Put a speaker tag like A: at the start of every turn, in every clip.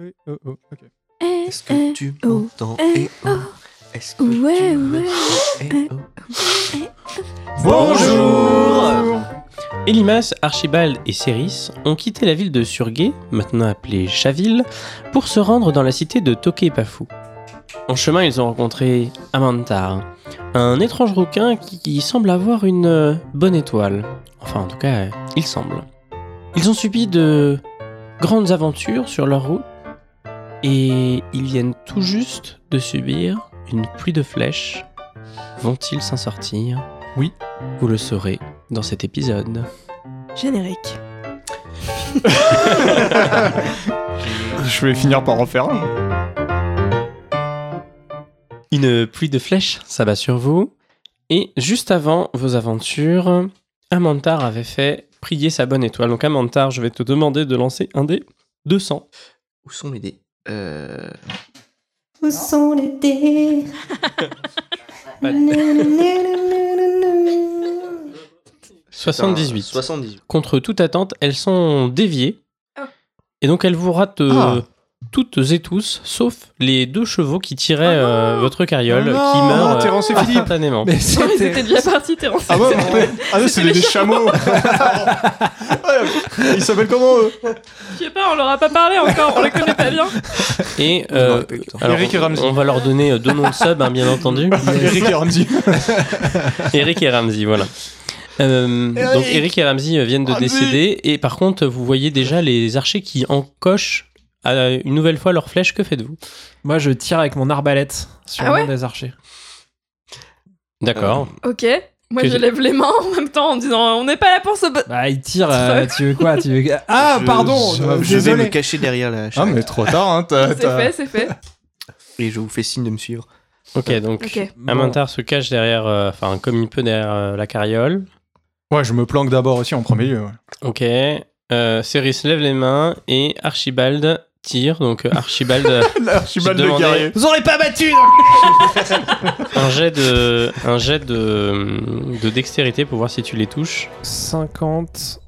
A: Eh, oh, oh, ok.
B: Eh,
C: Est-ce que tu m'entends Eh oh. Est-ce que
B: Ouais,
C: tu me
B: ouais. eh,
C: sens Eh oh.
B: oh.
D: Bonjour Elimas, Archibald et Céris ont quitté la ville de Surgay, maintenant appelée Chaville, pour se rendre dans la cité de Tokepafou. En chemin, ils ont rencontré Amantar, un étrange requin qui, qui semble avoir une euh, bonne étoile. Enfin, en tout cas, euh, il semble. Ils ont subi de grandes aventures sur leur route et ils viennent tout juste de subir une pluie de flèches. Vont-ils s'en sortir
A: Oui.
D: Vous le saurez dans cet épisode.
B: Générique.
A: Je vais finir par en faire un.
D: Une pluie de flèches s'abat sur vous. Et juste avant vos aventures, Amantar avait fait prier sa bonne étoile. Donc Amantar, je vais te demander de lancer un dé 200.
C: Où sont mes dés Euh,
E: Où sont les dés
D: Pas de-
E: Nananananana.
D: 78.
C: 78.
D: Contre toute attente, elles sont déviées. Et donc elles vous ratent euh,
A: Ah.
D: toutes et tous, sauf les deux chevaux qui tiraient euh, votre carriole,
A: Oh non,
D: qui meurent euh,
A: Terence et Philippe.
D: instantanément.
A: Mais
B: Non, mais c'était de la partie, Terence.
A: Ah bon Ah non, c'est des,
B: les
A: chameaux. Ouais, Ils s'appellent comment eux
B: Je sais pas, on leur a pas parlé encore, on les connaît pas bien.
D: Et euh,
C: pas eu le temps.
D: alors,
A: Eric et Ramsey.
D: on va leur donner euh, deux noms de sub, hein, bien entendu.
A: Eric et Ramsey.
D: Eric et Ramsey, voilà. Euh,
A: Eric
D: donc Eric et Ramsey euh, viennent de
A: Ramsey
D: décéder et par contre vous voyez déjà les archers qui encochent euh, une nouvelle fois leurs flèches, que faites-vous
F: Moi, je tire avec mon arbalète sur
B: Ah
F: l'un
B: ouais
F: des archers.
D: D'accord.
C: Euh,
B: Ok. Moi,
D: Que
B: je
D: j'ai-
B: lève les mains en même temps en disant on n'est pas là pour se. ba-
F: Bah, il tire. euh, tu veux quoi Tu veux- Ah,
A: Je-
F: pardon.
A: je-
F: euh,
A: je-
C: Je vais
A: Désolé.
C: me cacher derrière la
A: Ah
C: charrette
A: mais trop tard hein. t'as-
B: C'est
A: t'as-
B: fait, c'est fait.
C: et je vous fais signe de me suivre.
D: Ok, donc
B: Ok.
F: Bon.
D: Amantar se cache derrière, euh, enfin comme il peut derrière euh, la carriole.
A: Ouais, je me planque d'abord aussi en premier lieu. ouais.
D: Ok. Euh, Céris lève les mains et Archibald tire. Donc euh, Archibald, euh,
A: Là, je suis
D: J'ai
A: mal de
D: demandé-
A: guerrier.
F: Vous aurez pas battu
D: un jet de, un jet de, de dextérité pour voir si tu les touches.
F: 59.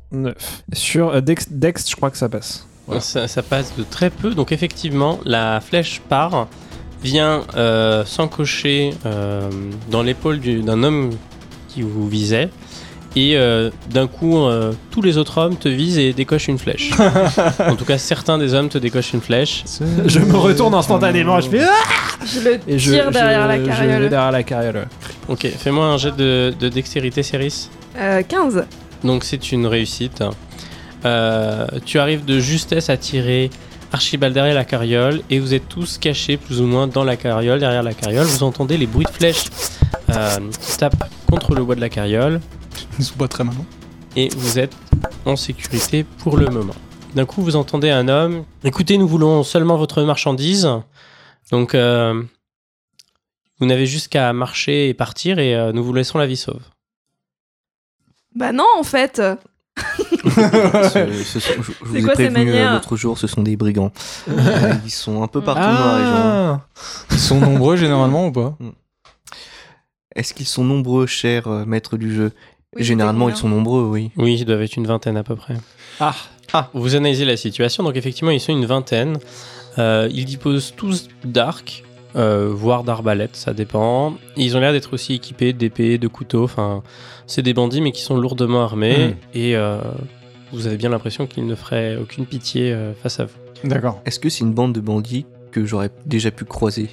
F: Sur euh, Dex, Dex, je crois que ça passe. Voilà.
D: Ça, ça passe de très peu, donc effectivement, la flèche part, vient euh, s'encocher euh, dans l'épaule du- d'un homme qui vous visait, et euh, d'un coup, euh, tous les autres hommes te visent et décochent une flèche. en tout cas, certains des hommes te décochent une flèche.
F: Je me retourne instantanément. Je fais. Ah
B: Je le
F: Et
B: tire
F: je, je-
B: derrière la
F: je vais
B: carriole.
F: derrière la carriole. ouais.
D: Ok, fais-moi un jet de, de dextérité, Céris.
B: Euh, 15.
D: Donc c'est une réussite. Euh, tu arrives de justesse à tirer Archibald derrière la carriole et vous êtes tous cachés plus ou moins dans la carriole, derrière la carriole. Vous entendez les bruits de flèches euh, qui tapent contre le bois de la carriole
A: Ils sont pas très hein. malins.
D: et vous êtes en sécurité pour le moment. D'un coup, vous entendez un homme. Écoutez, nous voulons seulement votre marchandise. Donc, euh, vous n'avez juste qu'à marcher et partir et euh, nous vous laissons la vie sauve.
B: Bah non, en fait.
C: Ce- ce sont- je je vous ai
B: quoi ces
C: prévenu euh,
B: manières
C: l'autre jour, ce sont des brigands. Euh, Ils sont un peu partout dans la région.
A: Ils sont nombreux généralement ou pas
C: Est-ce qu'ils sont nombreux, cher euh, maître du jeu
B: Oui,
C: Généralement, ils
B: c'était
C: sont nombreux, oui.
D: Oui, ils doivent être une vingtaine à peu près.
F: Ah.
D: Vous analysez la situation, donc effectivement ils sont une vingtaine. Euh, ils disposent tous d'arcs, euh, voire d'arbalètes, ça dépend. Ils ont l'air d'être aussi équipés d'épées, de couteaux, enfin c'est des bandits mais qui sont lourdement armés et euh, vous avez bien l'impression qu'ils ne feraient aucune pitié euh, face à vous.
A: D'accord.
C: Est-ce que c'est une bande de bandits que j'aurais déjà pu croiser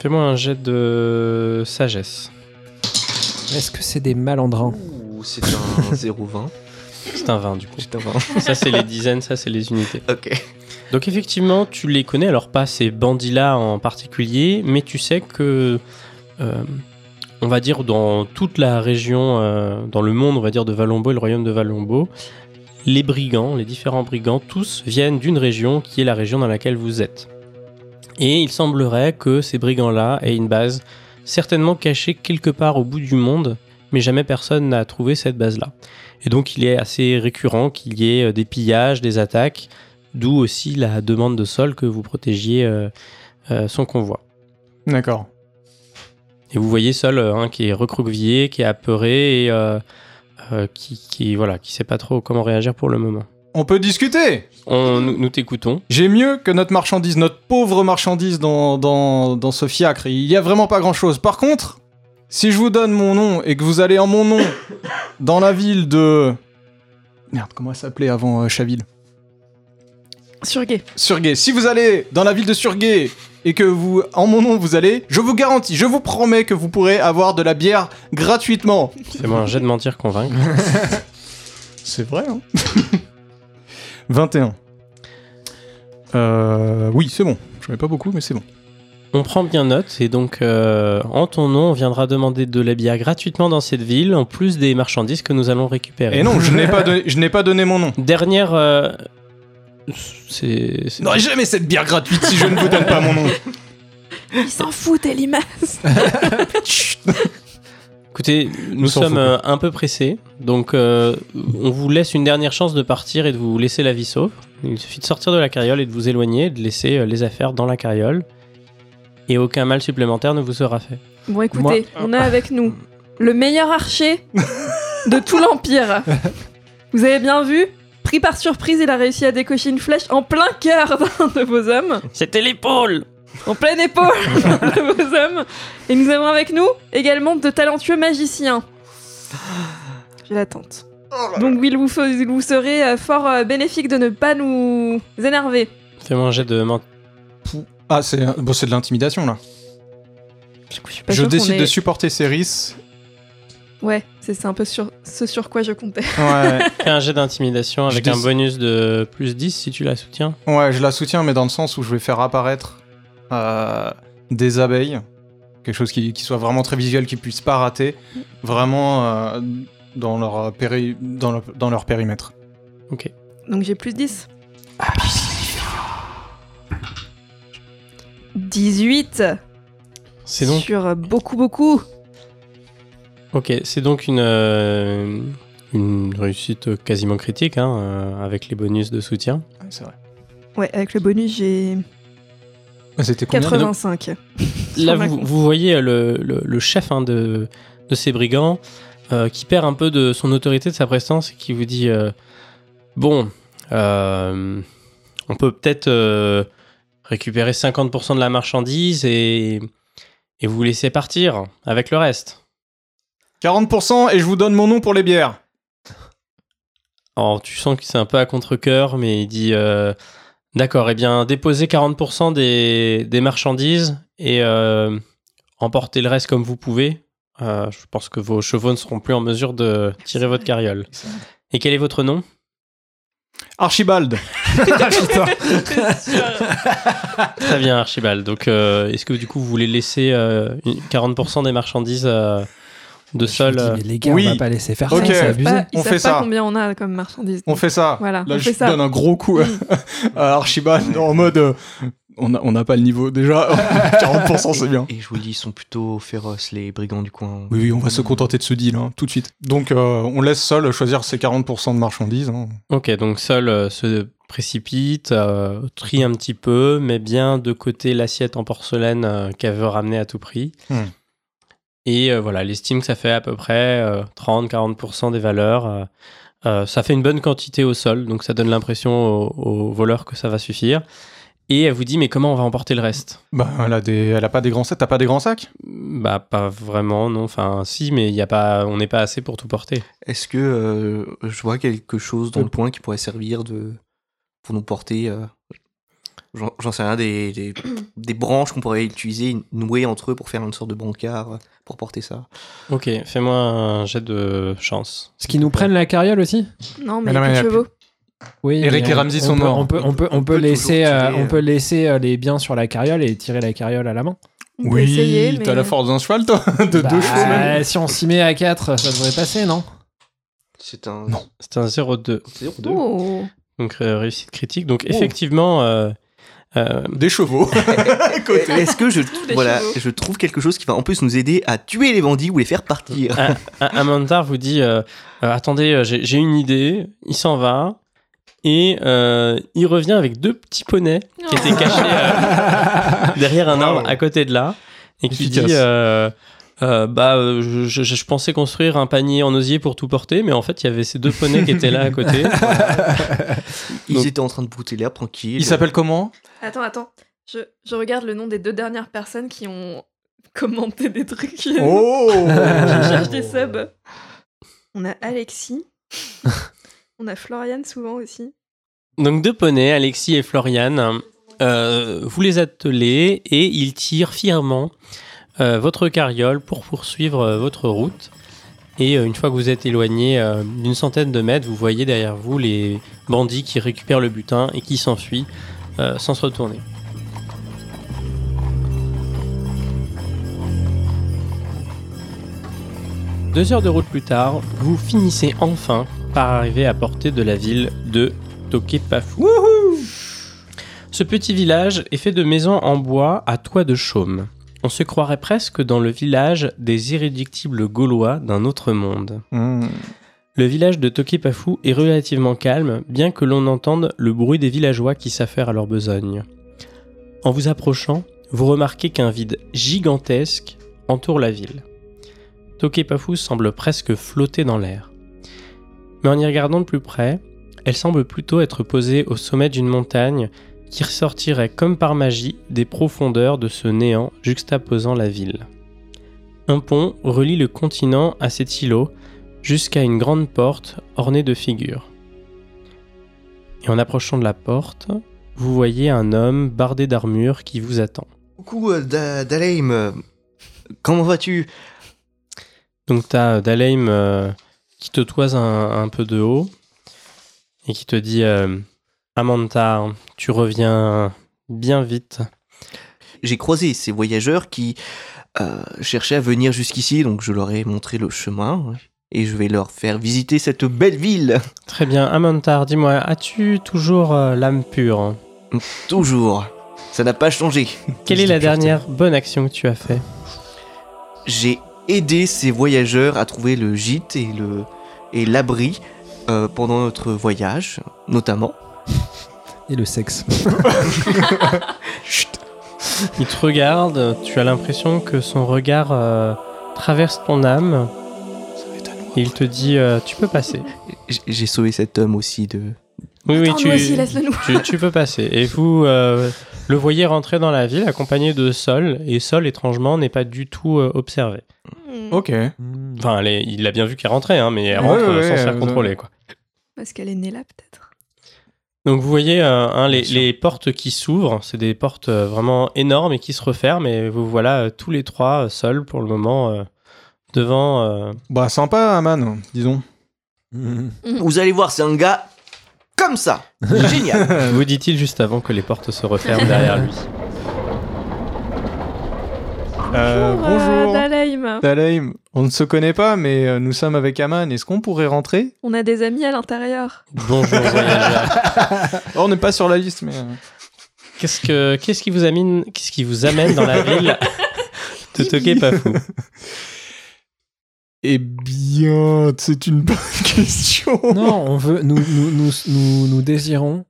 D: Fais-moi un jet de sagesse.
F: Est-ce que c'est des
C: Hein.
F: malandrins
C: Ouh, c'est un 0,20.
D: C'est un 20 du coup.
C: C'est un 20.
D: Ça c'est les dizaines, ça c'est les unités.
C: Ok.
D: Donc effectivement, tu les connais, alors pas ces bandits-là en particulier, mais tu sais que, euh, on va dire, dans toute la région, euh, dans le monde, on va dire, de Valombo et le royaume de Valombo, les brigands, les différents brigands, tous viennent d'une région qui est la région dans laquelle vous êtes. Et il semblerait que ces brigands-là aient une base certainement cachée quelque part au bout du monde, mais jamais personne n'a trouvé cette base-là. Et donc il est assez récurrent qu'il y ait euh, des pillages, des attaques, D'où aussi la demande de Sol que vous protégiez euh, euh, son convoi.
A: D'accord.
D: Et vous voyez Sol euh, hein, qui est recroquevillé, qui est apeuré et euh, euh, qui, qui voilà, qui sait pas trop comment réagir pour le moment.
A: On peut discuter
D: On, nous nous t'écoutons.
A: J'ai mieux que notre marchandise, notre pauvre marchandise dans, dans, dans ce fiacre. Il y a vraiment pas grand-chose. Par contre, si je vous donne mon nom et que vous allez en mon nom dans la ville de... Merde, comment elle s'appelait avant euh, Chaville
B: Surgay.
A: Surgay. Si vous allez dans la ville de Surgay et que vous, en mon nom, vous allez, je vous garantis, je vous promets que vous pourrez avoir de la bière gratuitement.
D: C'est moi un jet de mentir convaincre.
A: C'est vrai, hein 21. Euh, oui, c'est bon. J'en ai pas beaucoup, mais c'est bon.
D: On prend bien note et donc euh, en ton nom, on viendra demander de la bière gratuitement dans cette ville, en plus des marchandises que nous allons récupérer.
A: Et non, je n'ai pas, donné- je n'ai pas donné mon nom.
D: Dernière. euh, c'est. c'est-
A: N'aurai jamais cette bière gratuite si je ne vous donne pas mon nom.
B: Il s'en fout, t'es limace.
D: Écoutez, nous
A: s'en
D: sommes
A: fout,
D: euh, un peu pressés, donc euh, on vous laisse une dernière chance de partir et de vous laisser la vie sauve. Il suffit de sortir de la carriole et de vous éloigner, de laisser euh, les affaires dans la carriole. Et aucun mal supplémentaire ne vous sera fait.
B: Bon, écoutez, on a avec nous le meilleur archer de tout l'Empire. Vous avez bien vu Pris par surprise, il a réussi à décocher une flèche en plein cœur d'un de vos hommes,
D: C'était l'épaule
B: en pleine épaule d'un de vos hommes. Et nous avons avec nous également de talentueux magiciens. J'ai l'attente. Donc oui, il vous, faut- il vous serait euh, fort euh, bénéfique de ne pas nous énerver.
D: Fais-moi un jet de ment-
A: Ah, c'est bon, c'est de l'intimidation là.
B: Je, suis pas
A: Je
B: sûre qu'on
A: décide
B: ait-
A: de supporter Céris.
B: Ouais, c'est c'est un peu sur ce sur quoi je comptais.
A: Ouais,
D: Fais un jet d'intimidation
A: Je
D: avec un
A: dis-
D: bonus de plus 10 si tu la soutiens.
A: ouais, je la soutiens, mais dans le sens où je vais faire apparaître euh, des abeilles, quelque chose qui, qui soit vraiment très visuel, qui puisse pas rater, vraiment euh, dans leur euh, péri- dans leur- dans leur périmètre.
B: Donc j'ai plus 10. 18
D: C'est donc
B: sur euh, beaucoup beaucoup.
D: Ok, c'est donc une, euh, une réussite quasiment critique hein, euh, avec les bonus de soutien.
A: Ouais, c'est vrai.
B: Ouais, avec le bonus, j'ai
A: Ah, C'était combien
B: 85.
D: Là,
B: ma
D: vous,
B: con.
D: vous voyez euh, le, le- le chef hein, de, de ces brigands euh, qui perd un peu de son autorité, de sa prestance et qui vous dit euh, Bon, euh, on peut peut-être euh, récupérer 50% de la marchandise et, et vous laisser partir avec le reste.
A: 40% et je vous donne mon nom pour les bières.
D: Alors, tu sens que c'est un peu à contre-coeur, mais il dit euh, D'accord, eh bien, déposez 40% des, des marchandises et euh, emportez le reste comme vous pouvez. Euh, je pense que vos chevaux ne seront plus en mesure de tirer votre carriole. Et quel est votre nom
A: Archibald.
D: Très bien, Archibald. Donc, euh, est-ce que du coup, vous voulez laisser euh, une- 40% des marchandises euh, de sol euh,
G: mais les gars,
A: oui.
G: on va pas laisser faire
A: Ok.
G: ça, c'est
B: Ils savent
G: abusé.
B: pas, ils
A: On
B: savent
A: fait
B: pas
A: ça.
B: combien on a comme marchandises.
A: On fait ça.
B: Voilà,
A: Là,
B: on
A: je
B: fait ça.
A: donne un gros coup à Archibald en mode euh, on n'a on n'a pas le niveau déjà. 40% c'est bien.
C: Et, et je vous le dis, ils sont plutôt féroces, les brigands du coin.
A: Oui, oui, on va se contenter de ce deal hein, tout de suite. Donc, euh, on laisse Sol choisir ses 40% de marchandises. hein.
D: Ok, donc Sol euh, se précipite, euh, trie un petit peu, met bien de côté l'assiette en porcelaine euh, qu'elle veut ramener à tout prix.
A: Hmm.
D: Et euh, voilà, elle estime que ça fait à peu près euh, 30-40% des valeurs. euh, euh, ça fait une bonne quantité au sol, donc ça donne l'impression aux voleurs que ça va suffire. Et elle vous dit, mais comment on va emporter le reste
A: Bah, elle a, des, elle a pas des grands sacs. T'as pas des grands sacs
D: Bah, pas vraiment, non. Enfin, si, mais il y a pas, on n'est pas assez pour tout porter.
C: Est-ce que euh, je vois quelque chose
A: Euh,
C: dans le coin qui pourrait servir de pour nous porter euh, J'en j'en sais rien, des, des, des branches qu'on pourrait utiliser, nouer entre eux pour faire une sorte de brancard euh, pour porter ça.
D: Ok, fais-moi un jet de chance.
G: Ce qu'ils nous prennent la carriole aussi
B: Non, mais,
A: Mais non,
B: les
A: mais
B: chevaux.
G: Oui.
A: Eric
G: mais
A: et
G: on-
A: Ramsey
G: on
A: sont
G: peut-
A: morts.
G: On peut, on peut, on peut
C: peut
G: laisser,
C: toujours
G: euh,
C: tirer,
G: on
C: euh,
G: peut laisser euh, les biens sur la carriole et tirer la carriole à la main.
B: On peut essayer, mais-
A: t'as la force d'un cheval, toi De
G: Bah,
A: deux chevaux même.
G: Si on s'y met à 4, ça devrait passer, non
C: C'est un.
A: Non.
D: C'est un 0-2.
C: C'est deux.
B: Oh.
D: Donc euh, réussite critique. Donc effectivement, euh, euh,
A: Des chevaux.
C: Est-ce que je,
B: des
C: voilà,
B: chevaux.
C: je trouve quelque chose qui va en plus nous aider à tuer les bandits ou les faire partir
D: Ah. A- Amandar vous dit euh, euh, attendez, euh, j'ai j'ai une idée. Il s'en va et euh, il revient avec deux petits poneys qui étaient cachés euh, derrière un arbre à côté de là et qui
A: Efficace.
D: dit euh, euh, bah, euh, je, je- je pensais construire un panier en osier pour tout porter, mais en fait, il y avait ces deux poneys qui étaient là à côté.
C: Ils
D: Donc-
C: étaient en train de bouter l'air tranquille.
A: Il s'appelle comment
B: Attends, attends. Je, je regarde le nom des deux dernières personnes qui ont commenté des trucs.
A: Oh
B: je cherche des subs. On a Alexis. On a Florian souvent aussi.
D: Donc deux poneys, Alexis et Florian, euh, vous les attelez et ils tirent fièrement euh, votre carriole pour poursuivre euh, votre route. Et euh, une fois que vous êtes éloigné euh, d'une centaine de mètres, vous voyez derrière vous les bandits qui récupèrent le butin et qui s'enfuient euh, sans se retourner. Deux heures de route plus tard, vous finissez enfin par arriver à portée de la ville de Tokepafu. Ce petit village est fait de maisons en bois à toit de chaume. On se croirait presque dans le village des irréductibles Gaulois d'un autre monde.
A: Hmm.
D: Le village de Tokepafu est relativement calme, bien que l'on entende le bruit des villageois qui s'affairent à leur besogne. En vous approchant, vous remarquez qu'un vide gigantesque entoure la ville. Tokepafu semble presque flotter dans l'air. Mais en y regardant de plus près, elle semble plutôt être posée au sommet d'une montagne qui ressortirait comme par magie des profondeurs de ce néant juxtaposant la ville. Un pont relie le continent à cet îlot jusqu'à une grande porte ornée de figures. Et en approchant de la porte, vous voyez un homme bardé d'armure qui vous attend.
C: Coucou, euh, Da- Daleim. euh, Comment vas-tu
D: Donc t'as euh, Daleim euh, qui te toise un, un peu de haut et qui te dit euh, Amanta, tu reviens bien vite.
C: J'ai croisé ces voyageurs qui euh, cherchaient à venir jusqu'ici, donc je leur ai montré le chemin et je vais leur faire visiter cette belle ville.
D: Très bien, Amantar, dis-moi, as-tu toujours euh, l'âme pure
C: Toujours. Ça n'a pas changé.
D: Quelle est la dernière bonne action que tu as fait
C: J'ai aidé ces voyageurs à trouver le gîte et le et l'abri euh, pendant notre voyage, notamment.
G: Et le sexe.
D: Il te regarde, tu as l'impression que son regard euh, traverse ton âme. Et il te dit, euh, tu peux passer.
C: J- J'ai sauvé cet homme aussi de.
D: Oui, oui,
B: Attends,
D: tu,
B: nous aussi, laisse-le nous.
D: tu, tu peux passer. Et vous euh, le voyez rentrer dans la ville accompagné de Sol, et Sol, étrangement, n'est pas du tout euh, observé.
B: Hmm.
A: Ok.
D: Enfin, elle est- il l'a bien vu qu'elle rentrait, hein, mais elle rentre
A: Ouais, ouais,
D: euh, sans
A: ouais,
D: se faire
A: vous-
D: contrôler, quoi.
B: Parce qu'elle est née là, peut-être.
D: Donc vous voyez euh, hein, les,
C: Bien sûr.
D: les portes qui s'ouvrent, c'est des portes euh, vraiment énormes et qui se referment et vous voilà euh, tous les trois euh, seuls pour le moment euh, devant... euh,
A: Bah sympa, Aman, disons.
C: Vous allez voir, c'est un gars comme ça. Génial.
D: Euh, vous dit-il juste avant que les portes se referment derrière lui.
A: Euh,
B: euh,
A: bonjour.
B: Dalaïm.
A: Dalaïm, on ne se connaît pas, mais euh, nous sommes avec Aman. Est-ce qu'on pourrait rentrer
B: On a des amis à l'intérieur.
D: Bonjour voyageur.
A: Oh, On n'est pas sur la liste, mais. euh,
D: Qu'est-ce, que, qu'est-ce, qui vous amène, qu'est-ce qui vous amène dans la ville de Tokepafou
A: Eh bien, c'est une bonne question.
G: Non, on veut, nous, nous, nous, nous, nous désirons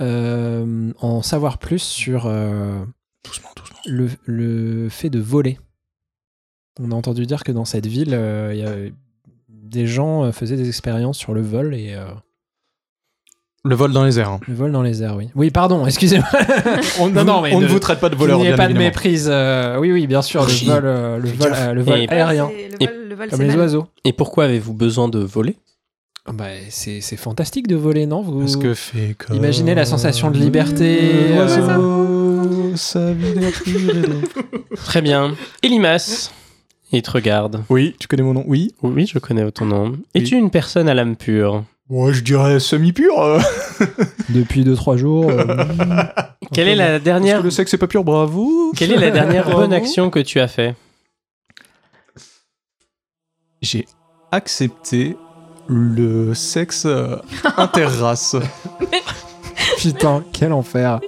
G: euh, en savoir plus sur euh,
A: Doucement, doucement.
G: le, le fait de voler. On a entendu dire que dans cette ville, euh, il y a- des gens euh, faisaient des expériences sur le vol et euh,
A: Le vol dans les airs. hein.
G: le vol dans les airs, oui. Oui, pardon, excusez-moi.
A: On,
G: Non,
A: vous-
G: non, mais
A: on ne
G: ne-
A: vous traite pas de
G: Il
A: voleur,
G: n'y a
A: bien
G: pas de
A: évidemment.
G: méprise. euh, oui, oui, bien sûr,
C: Archi.
G: le vol, euh, le vol, euh, le vol
D: Et-
G: aérien,
B: Ouais, Eh ben, c'est- Le vol, le vol,
G: comme
B: c'est
G: les
B: mal.
G: oiseaux.
D: Et pourquoi avez-vous besoin de voler
G: Ah Bah, c'est c'est fantastique de voler, non vous...
A: Parce que fait que.
G: Imaginez la sensation de liberté,
A: Le
G: euh,
A: oiseau, sa vie d'être-
D: Très bien. Elimas, il te regarde.
A: Oui, tu connais mon nom. Oui.
D: Oui, je connais ton nom. Es-tu une personne à l'âme pure
A: Moi, je dirais semi-pur. euh.
G: Depuis 2-3 jours. euh,
D: Quelle est la
A: Parce
D: dernière
A: que le sexe est pas pur, bravo.
D: Quelle est la dernière
A: Bravo.
D: bonne action que tu as fait
A: J'ai accepté le sexe euh, interrace.
G: Putain, quel enfer.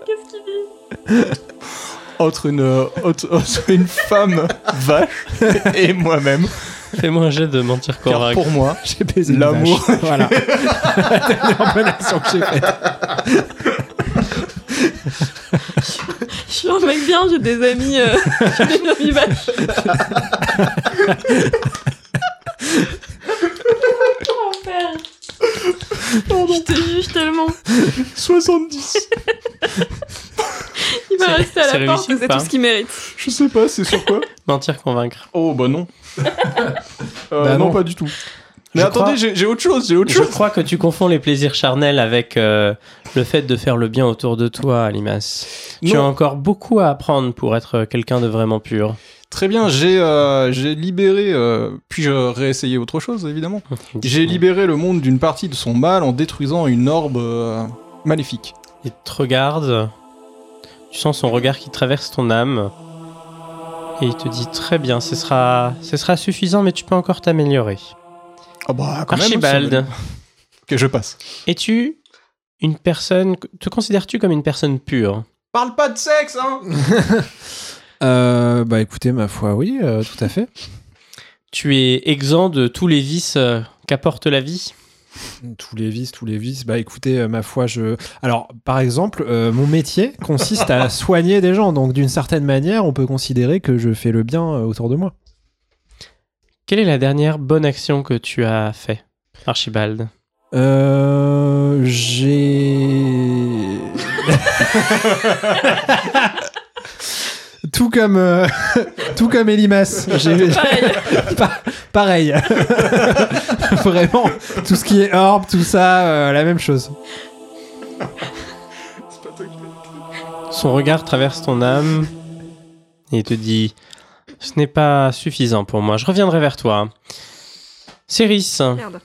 A: entre une, euh, entre- entre une femme vache et moi-même.
D: Fais-moi un jet de mentir
A: Car
D: correct.
A: pour moi,
G: J'ai baisé une
A: L'amour.
G: vache. Voilà. La dernière bonne action que j'ai faite.
B: Je suis un mec bien, j'ai des amis. euh, j'ai des amis vaches. Enfer. Je te juge tellement.
A: 70
B: Il va
D: C'est-
B: rester à
D: c'est
B: la porte,
D: réussi ou
B: c'est
D: pas
B: tout ce qu'il mérite.
A: Je sais pas, c'est sur quoi
D: Mentir, convaincre.
A: Oh bah non. Euh,
G: Bah
A: non.
G: non.
A: pas du tout. Mais
G: Je
A: attendez,
G: crois-
A: j'ai- j'ai autre chose, j'ai autre
D: Je
A: chose.
D: crois que tu confonds les plaisirs charnels avec euh, le fait de faire le bien autour de toi, Limas. Tu
A: Non.
D: as encore beaucoup à apprendre pour être quelqu'un de vraiment pur.
A: Très bien, j'ai euh, j'ai libéré, euh, puis-je réessayer autre chose évidemment J'ai libéré le monde d'une partie de son mal en détruisant une orbe euh, maléfique.
D: Il te regarde. Tu sens son regard qui traverse ton âme. Et il te dit très bien, ce sera, ce sera suffisant, mais tu peux encore t'améliorer.
A: Ah bah quand même,
D: Archibald,
A: ça- Ok, je passe.
D: es-tu une personne. Te considères-tu comme une personne pure
A: Parle pas de sexe, hein
G: Euh, bah écoutez, ma foi, oui, euh, tout à fait.
D: Tu es exempt de tous les vices euh, qu'apporte la vie
G: Tous les vices, tous les vices. Bah écoutez, euh, ma foi, je. Alors, par exemple, euh, mon métier consiste à soigner des gens, donc d'une certaine manière, on peut considérer que je fais le bien euh, autour de moi.
D: Quelle est la dernière bonne action que tu as fait, Archibald
G: Euh. J'ai. tout comme. euh, tout comme Elimas. J'ai.
B: Pareil.
G: Pareil. Vraiment, tout ce qui est orbe, tout ça, euh, la même chose.
D: Son regard traverse ton âme et te dit Ce n'est pas suffisant pour moi, je reviendrai vers toi. Céris,
B: Merde.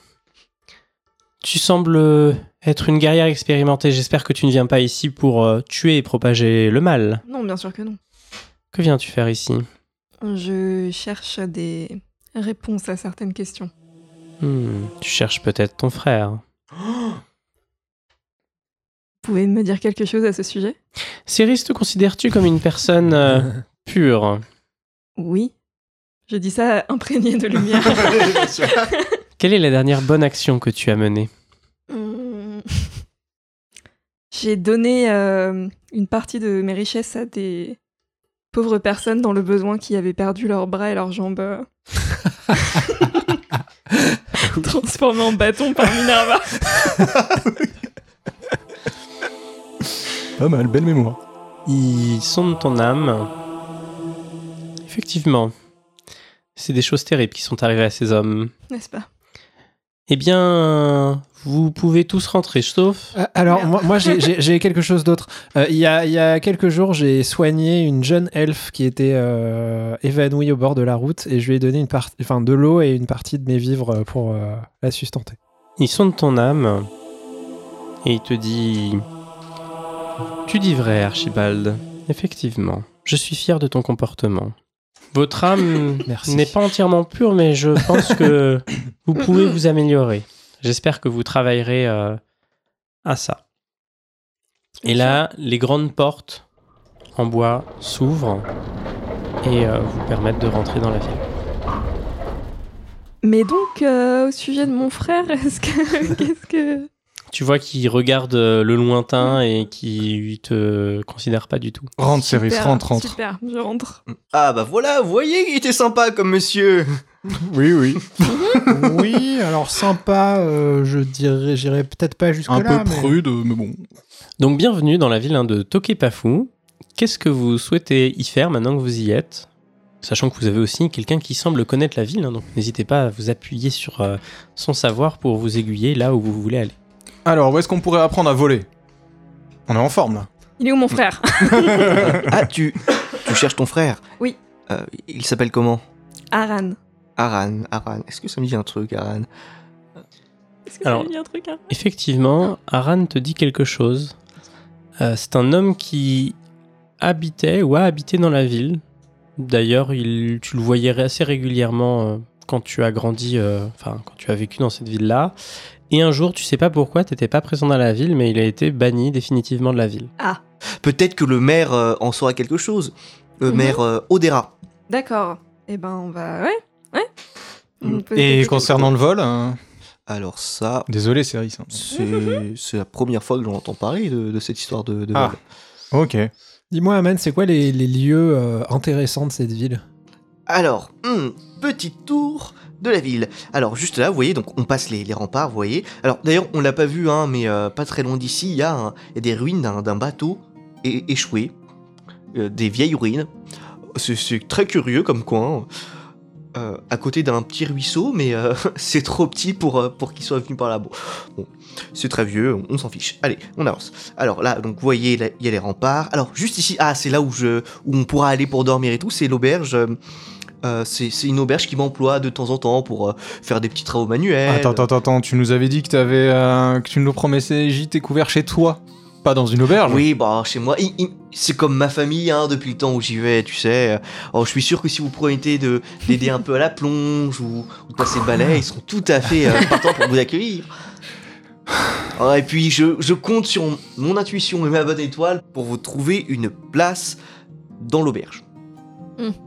D: tu sembles être une guerrière expérimentée, j'espère que tu ne viens pas ici pour euh, tuer et propager le mal.
B: Non, bien sûr que non.
D: Que viens-tu faire ici
B: Je cherche des réponses à certaines questions.
D: Hmm, Tu cherches peut-être ton frère.
B: Vous pouvez me dire quelque chose à ce sujet
D: Céris, te considères-tu comme une personne euh, pure
B: Oui. Je dis ça imprégné de lumière.
D: Quelle est la dernière bonne action que tu as menée
B: Hum. J'ai donné euh, une partie de mes richesses à des pauvres personnes dans le besoin qui avaient perdu leurs bras et leurs jambes. euh, transformées en bâton par Minerva.
A: Pas mal, belle mémoire.
D: Ils sondent ton âme. Effectivement, c'est des choses terribles qui sont arrivées à ces hommes.
B: N'est-ce pas
D: Eh bien, vous pouvez tous rentrer, sauf.
G: Euh, Alors,
B: Merde.
G: moi, moi, j'ai- j'ai j'ai quelque chose d'autre. Euh, Il y, a, il y a quelques jours, j'ai soigné une jeune elfe qui était euh, évanouie au bord de la route et je lui ai donné une partie, enfin, de l'eau et une partie de mes vivres euh, pour euh, la sustenter.
D: Ils sondent ton âme et il te dit Tu dis vrai, Archibald. Effectivement, je suis fier de ton comportement. Votre âme
G: Merci.
D: n'est pas entièrement pure, mais je pense que vous pouvez vous améliorer. J'espère que vous travaillerez euh, à ça. Et là, les grandes portes en bois s'ouvrent et euh, vous permettent de rentrer dans la ville.
B: Mais donc, euh, au sujet de mon frère, est-ce que. Qu'est-ce que.
D: Tu vois qu'il regarde euh, le lointain et qui te considère pas du tout.
A: Rentre, Céris,
B: Super,
A: rentre, Mm. rentre.
B: Super, je rentre.
C: Ah bah voilà, vous voyez, il était sympa comme monsieur.
A: Oui, oui.
G: oui, alors sympa, euh, je dirais, j'irai peut-être pas jusque
A: Un peu prude, Euh, mais bon.
D: Donc bienvenue dans la ville hein, de Tokepafu. Qu'est-ce que vous souhaitez y faire maintenant que vous y êtes Sachant que vous avez aussi quelqu'un qui semble connaître la ville, hein, donc n'hésitez pas à vous appuyer sur euh, son savoir pour vous aiguiller là où vous voulez aller.
A: Alors, où est-ce qu'on pourrait apprendre à voler On est en forme là.
B: Il est où mon
A: Mm.
B: frère
C: Ah, tu, tu cherches ton frère
B: Oui.
C: Euh, il s'appelle comment
B: Aran.
C: Aran, Aran. Est-ce que ça me dit un truc, Aran
B: Est-ce que
D: Alors-
B: ça lui dit un truc hein
D: Effectivement, Aran te dit quelque chose. Euh, c'est un homme qui habitait ou a habité dans la ville. D'ailleurs, il- tu le voyais assez régulièrement euh, quand tu as grandi, euh, enfin quand tu as vécu dans cette ville-là. Et un jour, tu sais pas pourquoi, t'étais pas présent dans la ville, mais il a été banni définitivement de la ville.
C: Peut-être que le maire euh, en saura quelque chose. Le
B: Mhm.
C: maire euh, Odera.
B: D'accord. Eh ben, on va. Ouais, ouais. On peut-
A: Mm. Et concernant le vol, euh,
C: Alors ça,
A: désolé Céris. hein.
C: c'est c'est la première fois que j'en entends parler de, de cette histoire de, de
A: Ah.
C: vol.
A: Ok.
G: Dis-moi, Aman, c'est quoi les, les lieux euh, intéressants de cette ville
C: Alors, hmm, petit tour de la ville. Alors, juste là, vous voyez, donc on passe les, les remparts, vous voyez. Alors, d'ailleurs, on l'a pas vu, hein, mais euh, pas très loin d'ici, il y, a un- il y a des ruines d'un d'un bateau é- échoué, euh, des vieilles ruines. C'est- C'est très curieux comme coin. Euh, à côté d'un petit ruisseau, mais euh, c'est trop petit pour, euh, pour qu'il soit venu par là. Bon, bon, c'est très vieux, on, on s'en fiche. Allez, on avance. Alors là, donc vous voyez, là, il y a les remparts. Alors juste ici, ah, c'est là où, je, où on pourra aller pour dormir et tout, c'est l'auberge. euh, euh, c'est c'est une auberge qui m'emploie de temps en temps pour euh, faire des petits travaux manuels.
A: Attends, attends, attends, tu nous avais dit que, t'avais, euh, que tu nous promettais gîte et couvert chez toi, pas dans une auberge.
C: Oui, bah chez moi, il- il- c'est comme ma famille hein, depuis le temps où j'y vais, tu sais. Alors je suis sûr que si vous promettez de d'aider un peu à la plonge ou, ou de passer le balai, ils seront tout à fait euh, partants pour vous accueillir. Ah, et puis je, je compte sur mon intuition et ma bonne étoile pour vous trouver une place dans l'auberge.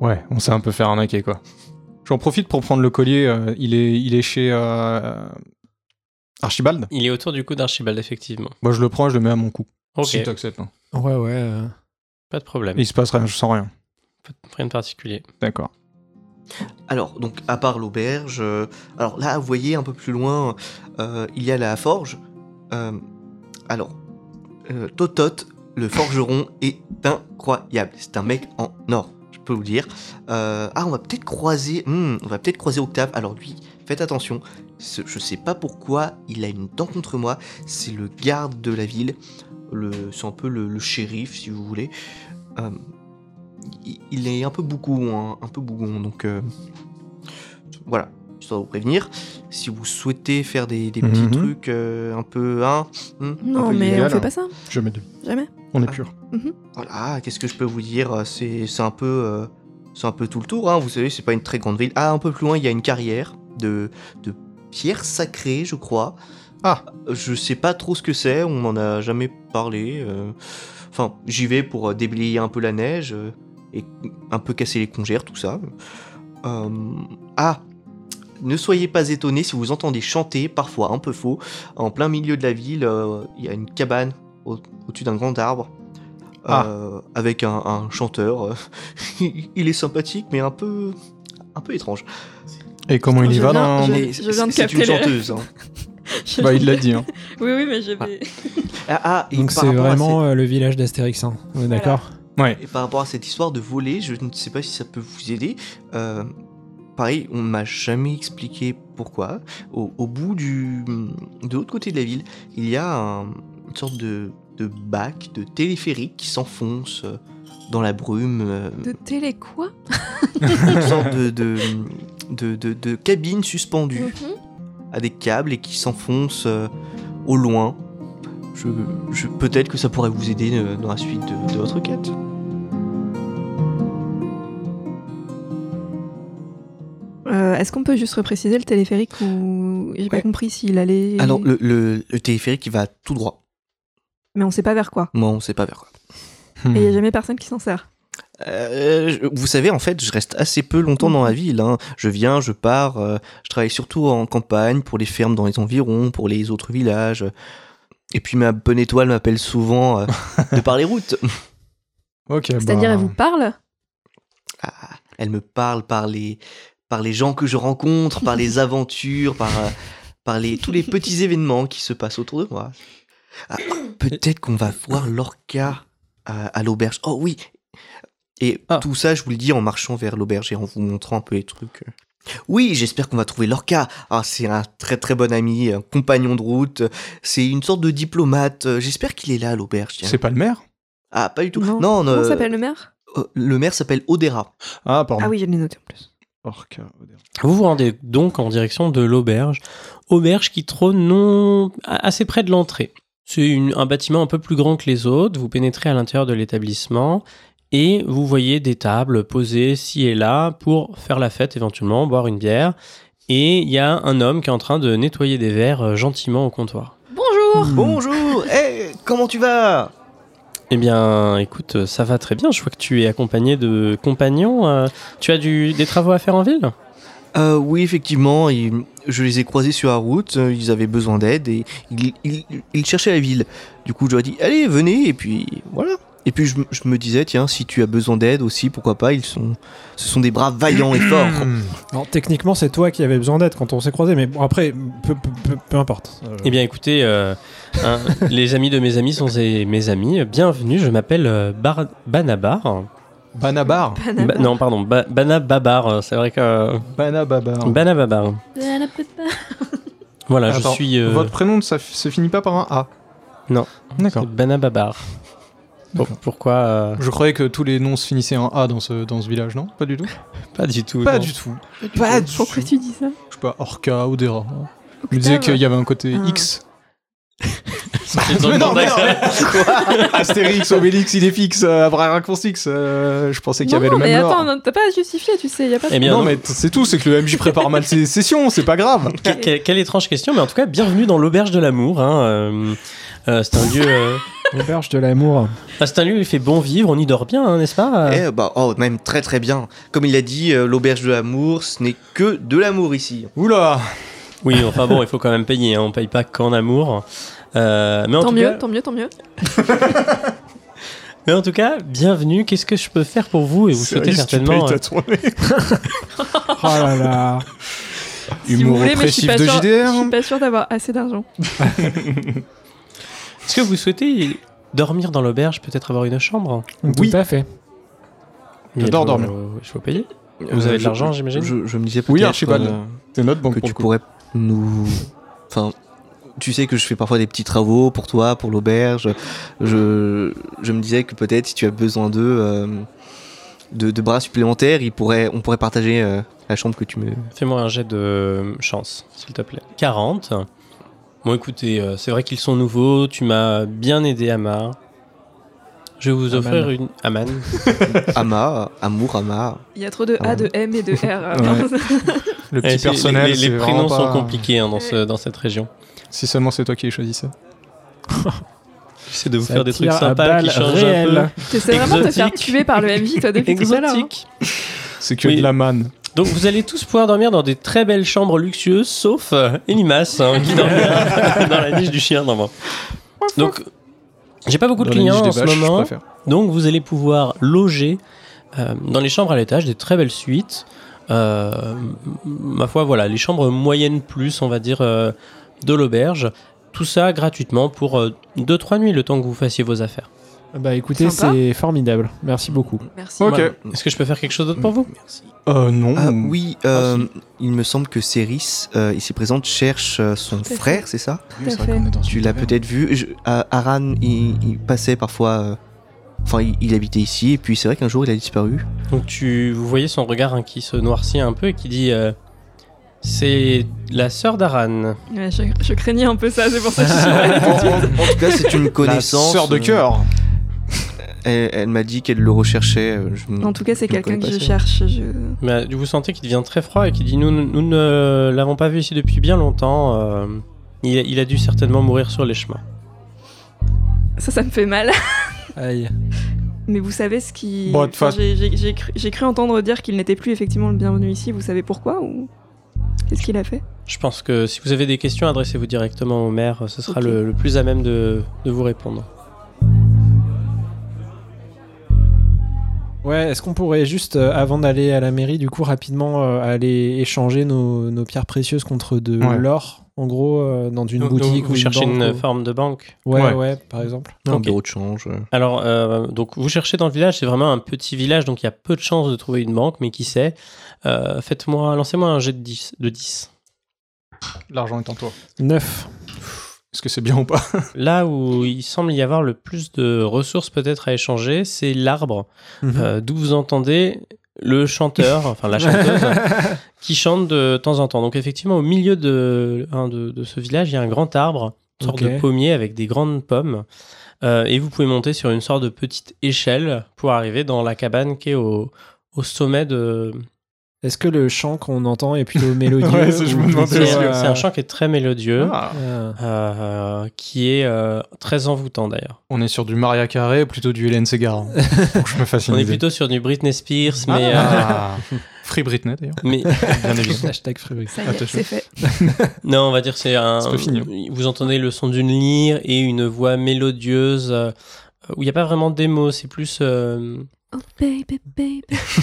A: Ouais, on s'est un peu fait arnaquer, quoi. J'en profite pour prendre le collier, euh, il, est, il est chez euh, Archibald.
D: Il est autour du coup d'Archibald, effectivement.
A: Moi, je le prends et je le mets à mon cou.
D: Ok,
A: Si t'acceptes. hein.
G: Ouais, ouais. euh.
D: pas de problème.
A: Il se passe rien, je sens rien.
D: Rien de particulier.
A: D'accord.
C: Alors donc à part l'auberge, euh, alors là vous voyez un peu plus loin, euh, il y a la forge. Euh, alors euh, Totot, le forgeron, est incroyable. C'est un mec en or, je peux vous le dire. Euh, ah, on va peut-être croiser. hmm, on va peut-être croiser Octave. Alors lui, faites attention. Ce- je sais pas pourquoi, il a une dent contre moi. C'est le garde de la ville. Le, c'est un peu le, le shérif, si vous voulez. Euh, il, il est un peu bougon, hein, un peu bougon. Donc euh, voilà, histoire de vous prévenir. Si vous souhaitez faire des, des petits
A: Mhm.
C: trucs euh, un peu, hein, hmm, un
B: Non,
C: peu
B: mais
C: illégal,
B: on fait
C: hein.
B: pas ça.
A: Jamais de
B: Jamais.
A: On est
C: Ah.
A: pur.
C: Voilà, Ah, qu'est-ce que je peux vous dire C'est c'est un peu, euh, c'est un peu tout le tour. hein. Vous savez, c'est pas une très grande ville. Ah, un peu plus loin, il y a une carrière de de pierre sacrée, je crois.
A: Ah.
C: je sais pas trop ce que c'est. On m'en a jamais parlé. euh. Enfin, j'y vais pour euh, déblayer un peu la neige euh, et un peu casser les congères, tout ça. Euh, Ah. Ne soyez pas étonnés si vous entendez chanter, parfois un peu faux, en plein milieu de la ville, euh, il y a une cabane au- au-dessus d'un grand arbre.
A: Ah.
C: euh, avec un, un chanteur. euh, il est sympathique, mais un peu, un peu étrange.
A: Et comment il y
B: Je
A: va
B: viens-
A: dans...
B: je-
C: Mais
B: viens de
C: c'est
B: capter
C: une
B: les
C: chanteuse. hein.
A: Bah, il l'a dit, hein.
B: Oui, oui, mais j'ai
C: Ah. Ah, ah, et
G: Donc
C: par
G: c'est
C: rapport à
G: vraiment euh, le village d'Astérix, hein. On est d'accord
A: Ouais.
C: cette- et par rapport à cette histoire de voler, je ne sais pas si ça peut vous aider. Euh, pareil, on ne m'a jamais expliqué pourquoi. Au, au bout du, de l'autre côté de la ville, il y a un- une sorte de, de bac, de téléphérique qui s'enfonce euh, dans la brume. euh,
B: De télé quoi
C: une sorte de, de, de- de- de cabine suspendue
B: Mhm.
C: à des câbles et qui s'enfonce euh, au loin. Je, je- Peut-être que ça pourrait vous aider euh, dans la suite de, de votre quête.
B: Euh, Est-ce qu'on peut juste repréciser le téléphérique ou j'ai pas
C: Ouais.
B: compris s'il allait.
C: Alors, le, le- le téléphérique, il va tout droit.
B: Mais on sait pas vers quoi.
C: Moi, on sait pas vers quoi.
B: Et
A: Hmm.
B: il y a jamais personne qui s'en sert.
C: Euh, je- vous savez, en fait, je reste assez peu longtemps dans la ville. hein. Je viens, je pars. euh, je travaille surtout en campagne, pour les fermes dans les environs, pour les autres villages. Et puis, ma bonne étoile m'appelle souvent euh, de par les routes.
A: Ok,
B: C'est-à-dire,
A: bah,
B: elle vous parle
C: Ah, elle me parle par les, par les gens que je rencontre, par les aventures, par, euh, par les, tous les petits événements qui se passent autour de moi. Ah, Peut-être qu'on va voir Lorca à, à l'auberge. Oh oui Et
A: Ah.
C: tout ça, je vous le dis en marchant vers l'auberge et en vous montrant un peu les trucs. Oui, j'espère qu'on va trouver Lorca. Ah, c'est un très très bon ami, un compagnon de route. C'est une sorte de diplomate. Euh, J'espère qu'il est là à l'auberge. tiens.
A: C'est pas le maire
C: Ah, pas du tout.
B: Non.
C: Non,
B: Comment
C: euh,
B: s'appelle le maire
C: euh, le maire s'appelle Odera.
A: Ah, pardon.
B: Ah oui, je l'ai noté en plus.
A: Orca.
D: Vous vous rendez donc en direction de l'auberge, auberge qui trône non a- assez près de l'entrée. C'est une- un bâtiment un peu plus grand que les autres. Vous pénétrez à l'intérieur de l'établissement et vous voyez des tables posées ci et là pour faire la fête éventuellement, boire une bière. Et il y a un homme qui est en train de nettoyer des verres euh, gentiment au comptoir.
B: Bonjour
C: Hmm. Bonjour, hey, comment tu vas
D: Eh bien, écoute, euh, ça va très bien. Je vois que tu es accompagné de compagnons. euh, Tu as du- des travaux à faire en ville
C: euh, Oui, effectivement, ils- je les ai croisés sur la route, euh, ils avaient besoin d'aide et ils, ils- ils cherchaient la ville. Du coup, j'aurais dit, allez, venez, et puis voilà. Et puis je, m- je me disais, tiens, si tu as besoin d'aide aussi, pourquoi pas, ils sont, ce sont des bras vaillants et forts.
D: Hmm.
G: Alors, techniquement, c'est toi qui avais besoin d'aide quand on s'est croisés, mais bon, après, peu, peu- peu- peu importe. Euh,
D: Eh bien, écoutez, euh, hein, les amis de mes amis sont ses- mes amis. Bienvenue, je m'appelle euh, Bar- Banabar.
A: Banabar.
D: Ba- non, pardon, Ba- Banababar. C'est vrai que. euh,
A: Banababar. Bah,
D: Banababar. Voilà, je
A: Attends,
D: suis. euh,
A: Votre prénom, ça, f- se finit pas par un A
D: Non.
A: D'accord.
D: Banababar. Pour- pourquoi euh,
A: Je croyais que tous les noms se finissaient en A dans ce, dans ce village, non Pas du tout
D: Pas du tout.
A: Pas
D: non.
A: du tout. Pas du tout.
B: Pourquoi tu dis ça
A: Je sais pas, Orca, Odera. Je me disais qu'il y avait un côté
B: Ah.
A: X.
D: Ils ont
A: Mais non,
D: demandé-
A: merde. Astérix, Obélix, Idéfix, euh, Abraconfix. euh, je pensais qu'il y avait
B: non,
A: le
B: mais
A: même lore.
B: attends, non, t'as pas à justifier, tu sais, y a pas de-
D: Eh bien,
A: non,
D: donc,
A: mais t- c'est tout, c'est que le MJ prépare mal ses sessions, c'est pas grave.
D: que- que- quelle étrange question, mais en tout cas, bienvenue dans l'auberge de l'amour. hein, euh, euh, c'est un lieu. euh,
G: L'auberge de l'amour.
D: bah, c'est un lieu où il fait bon vivre, on y dort bien, hein, n'est-ce pas euh
C: Eh bah, oh, même très très bien. Comme il l'a dit, euh, l'auberge de l'amour, ce n'est que de l'amour ici.
A: Oula
D: Oui, enfin bon, il faut quand même payer. hein, on paye pas qu'en amour. Euh, mais en
B: Tant
D: tout
B: mieux,
D: cas,
B: tant mieux, tant mieux.
D: Mais en tout cas, bienvenue. Qu'est-ce que je peux faire pour vous Et vous souhaitez certainement. euh,
G: Oh là là.
B: si vous
A: Humour
B: voulez, mais je suis
A: oppressif
B: pas
A: de hein.
B: sûre-
A: JDR.
B: Je suis pas sûre d'avoir assez d'argent.
D: Est-ce que vous souhaitez dormir dans l'auberge, peut-être avoir une chambre
A: Oui.
G: Tout à fait.
D: Il
A: J'adore
D: faut-
A: dormir.
D: euh, Il faut payer. Vous avez de
C: Euh, je-
D: l'argent, j'imagine
C: je, je me disais
A: Oui,
C: peut-être,
A: Archibald.
C: euh,
A: C'est notre banque
C: que
A: pour
C: tu
A: le coup.
C: pourrais nous. Enfin, tu sais que je fais parfois des petits travaux pour toi, pour l'auberge. Je, je me disais que peut-être si tu as besoin d'eux, euh, de, de bras supplémentaires, ils pourraient, on pourrait partager euh, la chambre que tu me.
D: Fais-moi un jet de euh, chance, s'il te plaît. 40. Bon, écoutez, euh, c'est vrai qu'ils sont nouveaux. Tu m'as bien aidé, Amar. Je vais vous
G: Aman.
D: offrir une. Aman. Eh,
C: Ama, amour, Ama.
B: Il y a trop de A, de M et de R.
A: Ah. Ouais. Le
D: Eh,
A: petit
D: c'est-
A: personnel,
D: les, les
A: c'est
D: prénoms
A: vraiment pas-
D: sont compliqués hein, dans, ce- dans cette région.
A: Si seulement c'est toi qui les choisissais.
D: J'essaie de vous
G: Ça
D: faire des trucs
G: tire à
D: sympas qui
G: balles
D: changent un
G: réelles.
B: T'essaies vraiment de te faire
D: Exotique.
B: tuer par le MJ, toi,
D: peu.
B: depuis tout à l'heure. hein.
D: Exotique.
A: C'est que
D: Oui.
A: de la manne.
D: Donc vous allez tous pouvoir dormir dans des très belles chambres luxueuses, sauf euh, Elimas, hein, qui dormira dans la niche du chien. Non, bon. Donc j'ai pas beaucoup de
A: Dans la
D: clients
A: niche des
D: en ce
A: vaches, je
D: moment,
A: préfère.
D: donc vous allez pouvoir loger euh, dans les chambres à l'étage, des très belles suites. Euh, m- ma foi, voilà, les chambres moyennes plus, on va dire, euh, de l'auberge. Tout ça gratuitement pour 2-3 nuits, le temps que vous fassiez vos affaires.
G: Bah écoutez,
B: Sympa.
G: c'est formidable. Merci beaucoup.
B: Merci.
A: Ok.
D: Voilà. Est-ce que je peux faire quelque chose d'autre pour vous
C: Merci.
A: Euh, non.
C: Ah, oui, euh, il me semble que Céris, euh, ici présente, cherche euh, son
B: fait.
C: frère, c'est ça
B: Tout à fait.
C: Tu l'as peut-être vu. Je- euh, Aran, il, il passait parfois. euh, Enfin, il, il habitait ici, et puis c'est vrai qu'un jour il a disparu.
D: Donc tu, vous voyez son regard hein, qui se noircit un peu et qui dit euh, c'est la sœur d'Aran.
B: Ouais, je, je craignais un peu ça, c'est pour ça que je
A: En, en- en
C: En tout cas, c'est une
A: la
C: connaissance.
A: sœur de
C: euh,
A: cœur.
C: Elle, elle m'a dit qu'elle le recherchait. euh, je me-
B: En tout cas, c'est
C: je me
B: quelqu'un que
C: connais
B: je
C: pas
B: cherche. Je...
D: Bah, vous sentez qu'il devient très froid et qu'il dit nous, nous ne l'avons pas vu ici depuis bien longtemps. euh, il, il a dû certainement mourir sur les chemins.
B: Ça, ça me fait mal.
G: Aïe.
B: Mais vous savez ce qui.
A: Bon, de toute
B: Enfin,
A: façon-
B: j'ai- j'ai- J'ai cru, j'ai cru entendre dire qu'il n'était plus effectivement le bienvenu ici. Vous savez pourquoi ou qu'est-ce qu'il a fait
D: Je pense que si vous avez des questions, adressez-vous directement au maire. euh, Ce sera
B: Ok.
D: le, le plus à même de, de vous répondre.
G: Ouais, est-ce qu'on pourrait juste, euh, avant d'aller à la mairie, du coup, rapidement euh, aller échanger nos, nos pierres précieuses contre de
A: Ouais.
G: l'or, en gros, euh, dans une
D: Donc,
G: boutique
D: donc,
G: ou
D: vous
G: une
D: cherchez
G: banque
D: une hein.
G: ou-
D: forme de banque.
G: Ouais,
A: Ouais.
G: ouais, par exemple.
C: Non,
D: Ok.
C: bureau de change. euh.
D: Alors, euh, donc vous cherchez dans le village, c'est vraiment un petit village, donc il y a peu de chances de trouver une banque, mais qui sait. Euh, Faites-moi, lancez-moi un jet de 10. De 10.
A: L'argent est en toi.
G: 9.
A: Est-ce que c'est bien ou pas
D: Là où il semble y avoir le plus de ressources peut-être à échanger, c'est l'arbre.
A: Mmh.
G: Mhm.
D: Euh, D'où vous entendez le chanteur, enfin la chanteuse, qui chante de temps en temps. Donc effectivement, au milieu de, hein, de, de ce village, il y a un grand arbre, une sorte
G: Ok.
D: de pommier avec des grandes pommes. Euh, et vous pouvez monter sur une sorte de petite échelle pour arriver dans la cabane qui est au, au sommet de...
G: Est-ce que le chant qu'on entend est plutôt mélodieux
A: Ouais, ça, je
G: ou
A: me demandais
G: plutôt,
D: C'est
A: aussi.
G: euh,
D: c'est un chant qui est très mélodieux,
A: Ah.
G: euh,
D: euh, qui est euh, très envoûtant d'ailleurs.
A: On est sur du Maria Carré plutôt du Hélène Segarra. Faut que je me fasse une
D: On est
A: idée.
D: plutôt sur du Britney Spears, mais... euh,
A: Ah. Free Britney d'ailleurs.
D: Ah, mais
A: Bien évidemment.
G: Hashtag Frédéric.
B: Ça y est,
A: Attaché.
B: c'est fait.
D: non, on va dire c'est un.
A: C'est pas fini. hein.
D: Vous entendez le son d'une lyre et une voix mélodieuse. euh, où il n'y a pas vraiment de démo, c'est plus. euh,
B: Oh baby, baby.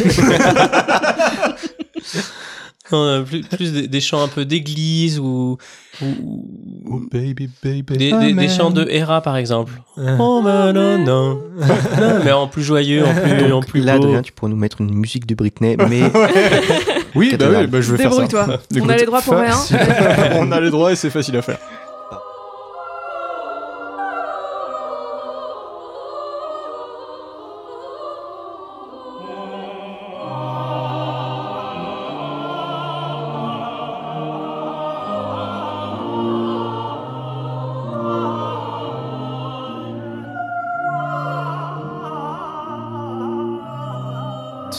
D: non, euh, plus, plus des, des chants un peu d'église ou. ou-
A: Oh, baby, baby. Ah.
D: Des, des- des chants de Hera par exemple. Oh, mais non, non. Non, mais en plus joyeux, en plus, en plus
C: Là,
D: beau.
C: Adrien, tu pourrais nous mettre une musique de Britney, mais
A: Oui, bah
C: Cathédrale.
A: oui, bah je vais faire ça.
B: Débrouille-toi. On
A: Écoute,
B: a les droits pour
F: fa-
B: rien.
A: On a les droits et c'est facile à faire.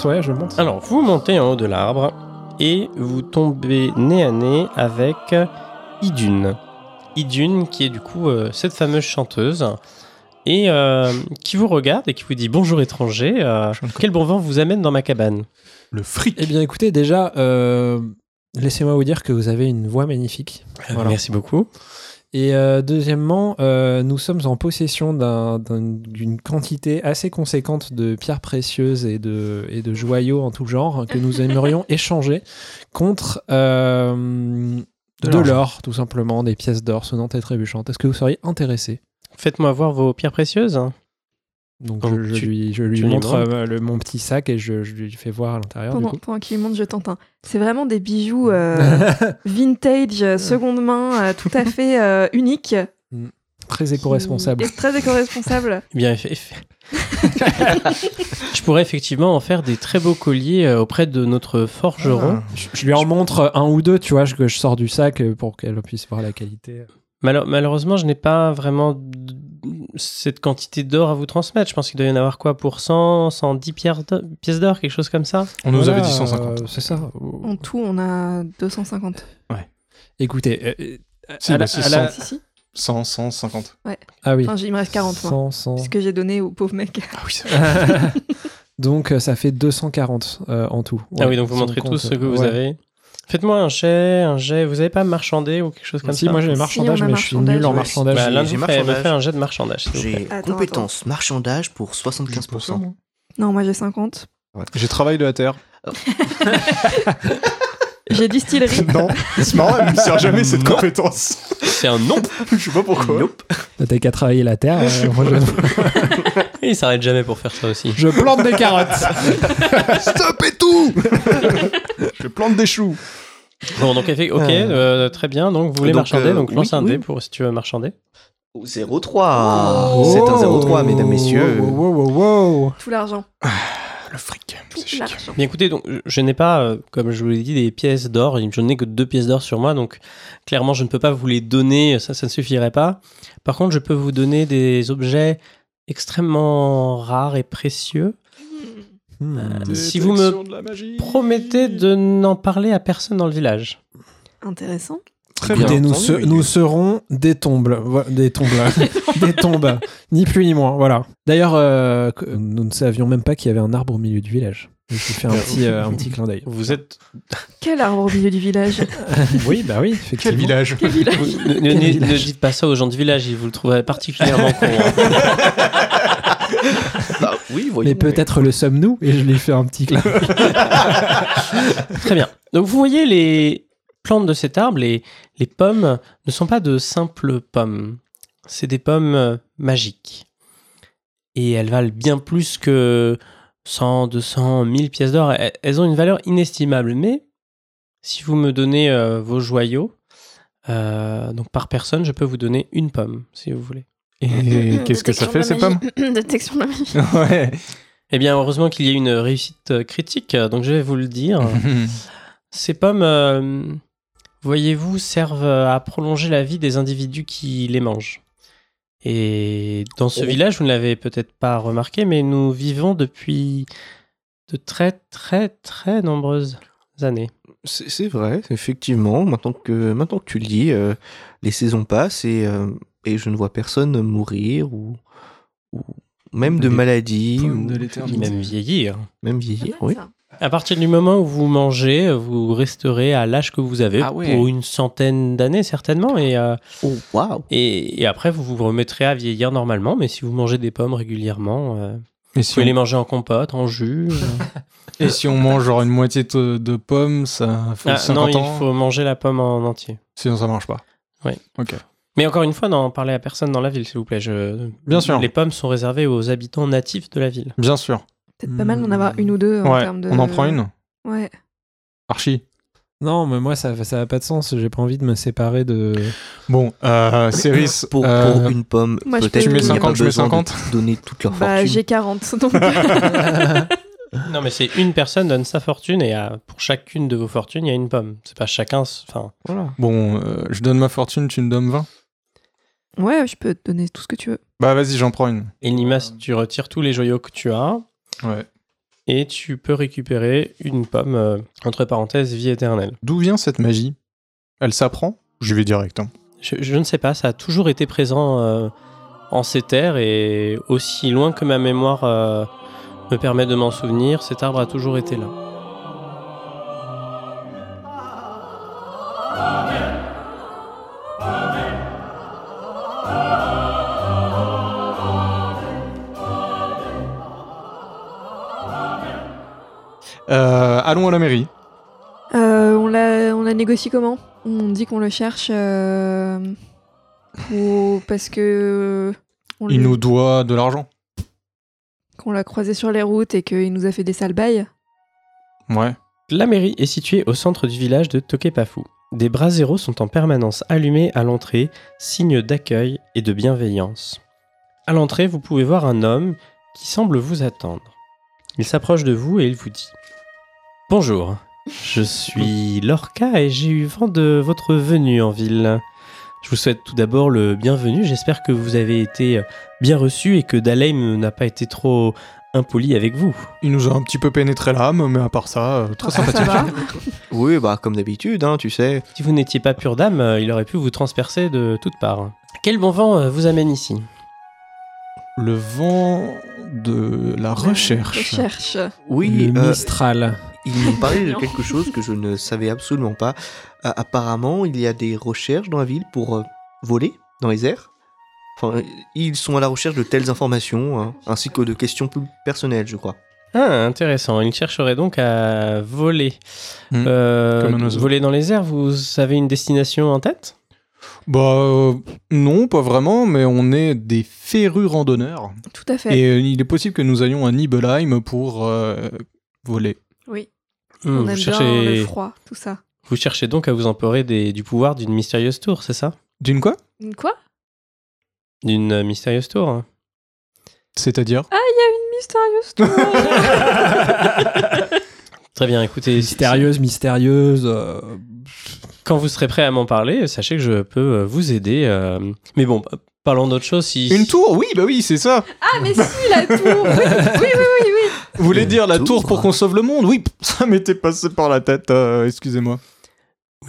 F: Ouais, je monte.
D: Alors, vous montez en haut de l'arbre et vous tombez nez à nez avec Idune. Idune, qui est du coup euh, cette fameuse chanteuse et euh, qui vous regarde et qui vous dit bonjour étranger, euh, quel bon vent vous amène dans ma cabane
A: Le fric.
G: Eh bien, écoutez, déjà, euh, laissez-moi vous dire que vous avez une voix magnifique. Voilà.
D: Euh, Merci beaucoup.
G: Et euh, deuxièmement, euh, nous sommes en possession d'un- d'un- d'une quantité assez conséquente de pierres précieuses et de, et de joyaux en tout genre que nous aimerions échanger contre euh, de l'or, tout simplement, des pièces d'or sonnantes et trébuchantes. Est-ce que vous seriez intéressé
D: Faites-moi voir vos pierres précieuses.
G: Donc,
D: Donc,
G: je, je
D: Oh, tu-
G: lui, je lui
D: tu lui
G: montre
D: demandes
G: euh, le- mon petit sac et je, je lui fais voir à l'intérieur. du
B: Pendant,
G: coup.
B: pendant qu'il monte, je tente un. C'est vraiment des bijoux euh, vintage, euh, seconde main, euh, tout à fait euh, unique.
G: Très éco-responsable.
B: Et très éco-responsable.
D: Eh Bien, eff- eff- je pourrais effectivement en faire des très beaux colliers euh, auprès de notre forgeron.
G: Je, je lui en montre un ou deux, tu vois, je- que je sors du sac euh, pour qu'elle puisse voir la qualité.
D: Malo- malheureusement, je n'ai pas vraiment d- cette quantité d'or à vous transmettre. Je pense qu'il doit y en avoir quoi pour 100, 110 pierres d'o- pièces d'or, quelque chose comme ça
A: On nous
G: Voilà,
A: avait dit 150.
G: euh, c'est ça.
B: En tout, on a 250.
G: Écoutez, euh, euh,
A: Si,
G: à
A: bah,
G: la-
A: c'est
G: à la-
B: Si, si.
A: 100, 150.
G: ah oui.
B: Enfin, j- il me reste 40, moi.
G: 100, 100.
B: C'est Ce que j'ai donné au pauvre mec.
A: Ah oui, ça
G: donc euh, ça fait 240 euh, en tout.
D: Ah
G: Ouais,
D: oui, donc vous
G: sans
D: montrez
G: compte,
D: tous ce que vous
G: ouais.
D: avez. Faites-moi un jet, un jet. Vous n'avez pas marchandé ou quelque chose comme
G: Si,
D: ça
G: moi j'ai le
B: Si,
G: marchandage,
B: on a
G: mais je suis
B: marchandage,
G: nul en
C: ouais.
G: marchandage.
D: Bah, L'un de
C: j'ai
D: vous fait- me
C: marchandage.
D: fait un jet de marchandage. s'il vous plaît.
C: j'ai
B: Attends,
C: compétence marchandage pour 75%.
B: Non, moi j'ai 50.
A: J'ai travaillé de la terre.
B: J'ai distillerie.
A: non, c'est marrant, elle ne sert jamais cette compétence.
D: C'est un non
A: Je sais pas pourquoi.
G: T'as qu'à travailler la terre. euh, moi, je,
D: Il s'arrête jamais pour faire ça aussi.
G: je plante des carottes.
A: Stop et tout Je plante des choux.
D: Bon, donc, effe- ok, euh, très bien. Donc, vous voulez
C: Donc,
D: marchander,
C: euh,
D: donc
C: oui,
D: lance un
C: oui.
D: dé pour si tu veux marchander.
C: 03
G: Oh.
C: C'est un 03, mesdames, messieurs.
G: Wow, wow, wow, wow.
B: Tout l'argent.
A: Le fric.
B: Tout l'argent.
D: Bien écoutez, donc je- je n'ai pas, euh, comme je vous l'ai dit, des pièces d'or. Je n'ai que deux pièces d'or sur moi, donc clairement je ne peux pas vous les donner. Ça, ça ne suffirait pas. Par contre, je peux vous donner des objets extrêmement rares et précieux.
G: Hmm.
D: Euh, si vous me promettez de n'en parler à personne dans le village.
B: Intéressant.
C: Très
G: Écoutez, nous,
C: entendu,
G: se-
C: mais-
G: nous serons des tombes. Voilà, Des tombes. des tombes. Ni plus ni moins. Voilà. D'ailleurs, euh, que- nous ne savions même pas qu'il y avait un arbre au milieu du village. Je vous fais un petit, euh, un petit clin d'œil.
D: Vous êtes.
B: Quel arbre au milieu du village
G: Oui, bah oui, effectivement.
A: Quel village
B: Quel village
D: vous- ne, ne- ne- ne dites pas ça aux gens du village, ils vous le trouveraient particulièrement con. hein.
C: Bah oui, voyons.
G: Mais peut-être le sommes-nous et je lui fais un petit clin.
D: Très bien. Donc vous voyez les plantes de cet arbre, les, les pommes ne sont pas de simples pommes. C'est des pommes euh, magiques. Et elles valent bien plus que 100, 200, 1000 pièces d'or. Elles- Elles ont une valeur inestimable. Mais si vous me donnez euh, vos joyaux, euh, donc par personne, je peux vous donner une pomme, si vous voulez.
A: Et qu'est-ce que ça fait ces pommes
B: Détection de la magie.
A: Ouais.
D: Eh bien, heureusement qu'il y a une réussite euh, critique, donc je vais vous le dire. Ces pommes, euh, voyez-vous, servent à prolonger la vie des individus qui les mangent. Et dans ce village, vous ne l'avez peut-être pas remarqué, mais nous vivons depuis de très très très nombreuses années.
C: C'est c'est vrai, effectivement. Maintenant que, maintenant que tu le dis, euh, les saisons passent et, euh, et je ne vois personne mourir ou, ou même de
A: Les
C: maladie,
A: pommes
C: ou
A: de Mmh.
D: Même vieillir.
B: Ah,
C: même vieillir. Oui.
D: À partir du moment où vous mangez, vous resterez à l'âge que vous avez
C: Ah ouais.
D: pour une centaine d'années certainement. Et, euh,
C: Oh, waouh
D: et, et après, vous vous remettrez à vieillir normalement. Mais si vous mangez des pommes régulièrement, euh, vous
A: Et si,
D: pouvez les
A: on,
D: manger en compote, en jus. euh.
A: et si on mange genre une moitié de, de pommes, ça fait
D: Ah, non,
A: 50 ans.
D: il faut manger la pomme en entier.
A: Sinon, ça marche pas.
D: Mais encore une fois, n'en parlez à personne dans la ville, s'il vous plaît. Je...
A: Bien sûr.
D: Les pommes sont réservées aux habitants natifs de la ville.
A: Bien sûr.
B: Peut-être pas mal d'en avoir une ou deux en
A: Hmm. ouais,
B: termes de.
A: on en prend une
B: Ouais.
A: Archie.
G: Non, mais moi, ça ça a pas de sens. J'ai pas envie de me séparer de.
A: Bon, euh, Céris,
C: Pour,
A: euh,
C: pour une pomme,
B: Moi, je
C: peut-être
B: peux-
A: tu mets
C: qu'il n'y a
A: 50,
C: pas
A: je mets
C: besoin de
A: 50.
C: donner toute leur
B: Bah,
C: fortune.
B: j'ai 40, donc. euh,
D: Non, mais c'est une personne donne sa fortune et à- pour chacune de vos fortunes, il y a une pomme. C'est pas chacun. s- Enfin,
A: Bon, euh, je donne ma fortune, tu me donnes 20.
B: ouais, je peux te donner tout ce que tu veux.
A: Bah vas-y, j'en prends une.
D: et Limas, tu retires tous les joyaux que tu as
A: Ouais.
D: et tu peux récupérer une pomme, euh, entre parenthèses, vie éternelle.
A: D'où vient cette magie Elle s'apprend J'y vais direct. hein.
D: Je, je ne sais pas, ça a toujours été présent euh, en ces terres et aussi loin que ma mémoire euh, me permet de m'en souvenir, cet arbre a toujours été là.
A: Euh, allons à la mairie.
B: Euh, on l'a on la négocie comment On dit qu'on le cherche euh, ou parce que euh, on
A: Il
B: l'a-
A: nous doit de l'argent.
B: qu'on l'a croisé sur les routes et qu'il nous a fait des sales bails.
A: Ah, Ouais.
D: La mairie est située au centre du village de Tokepafu. Des braseros sont en permanence allumés à l'entrée, signe d'accueil et de bienveillance. À l'entrée, vous pouvez voir un homme qui semble vous attendre. Il s'approche de vous et il vous dit Bonjour, je suis Lorca et j'ai eu vent de votre venue en ville. Je vous souhaite tout d'abord le bienvenu, j'espère que vous avez été bien reçu et que Daleim n'a pas été trop impoli avec vous.
A: Il nous a un petit peu pénétré l'âme, mais à part ça, euh, très
B: Ah, ça
A: sympathique.
B: va.
C: Oui, bah comme d'habitude, hein, tu sais.
D: Si vous n'étiez pas pure d'âme, euh, il aurait pu vous transpercer de toutes parts. Quel bon vent euh, vous amène ici
A: Le vent de la recherche.
B: Recherche.
C: Oui,
G: Le
C: euh,
G: Mistral.
C: ils m'ont parlé de
B: Non.
C: quelque chose que je ne savais absolument pas. A- apparemment, il y a des recherches dans la ville pour euh, voler dans les airs. Enfin, euh, ils sont à la recherche de telles informations, hein, ainsi que de questions plus personnelles, je crois.
D: Ah, intéressant. Il chercherait donc à voler.
A: Hmm,
D: Euh,
A: comme un oiseau.
D: voler dans les airs, vous avez une destination en tête
A: Bah euh, non, pas vraiment, mais on est des férus randonneurs.
B: Tout à fait.
A: Et euh, il est possible que nous allions à Nibelheim pour euh, voler.
B: Oui.
D: Hmm,
B: on
D: vous,
B: aime bien le
D: cherchez,
B: froid, tout ça.
D: vous cherchez donc à vous emporer des- du pouvoir d'une mystérieuse tour, c'est ça
A: D'une quoi
B: Quoi
D: D'une euh, mystérieuse tour hein.
A: C'est-à-dire
B: Mystérieuse tour.
D: Très bien, écoutez, si-
G: Mystérieuse, mystérieuse. euh,
D: quand vous serez prêt à m'en parler, sachez que je peux euh, vous aider. euh, Mais bon, p- parlons d'autre chose. Si...
A: Une tour Oui, bah oui, c'est ça.
B: ah mais si la tour. Oui oui oui oui. oui.
A: Vous voulez
C: Une
A: dire la tour,
C: tour.
A: pour qu'on sauve le monde Oui, pff, ça m'était passé par la tête, euh, excusez-moi.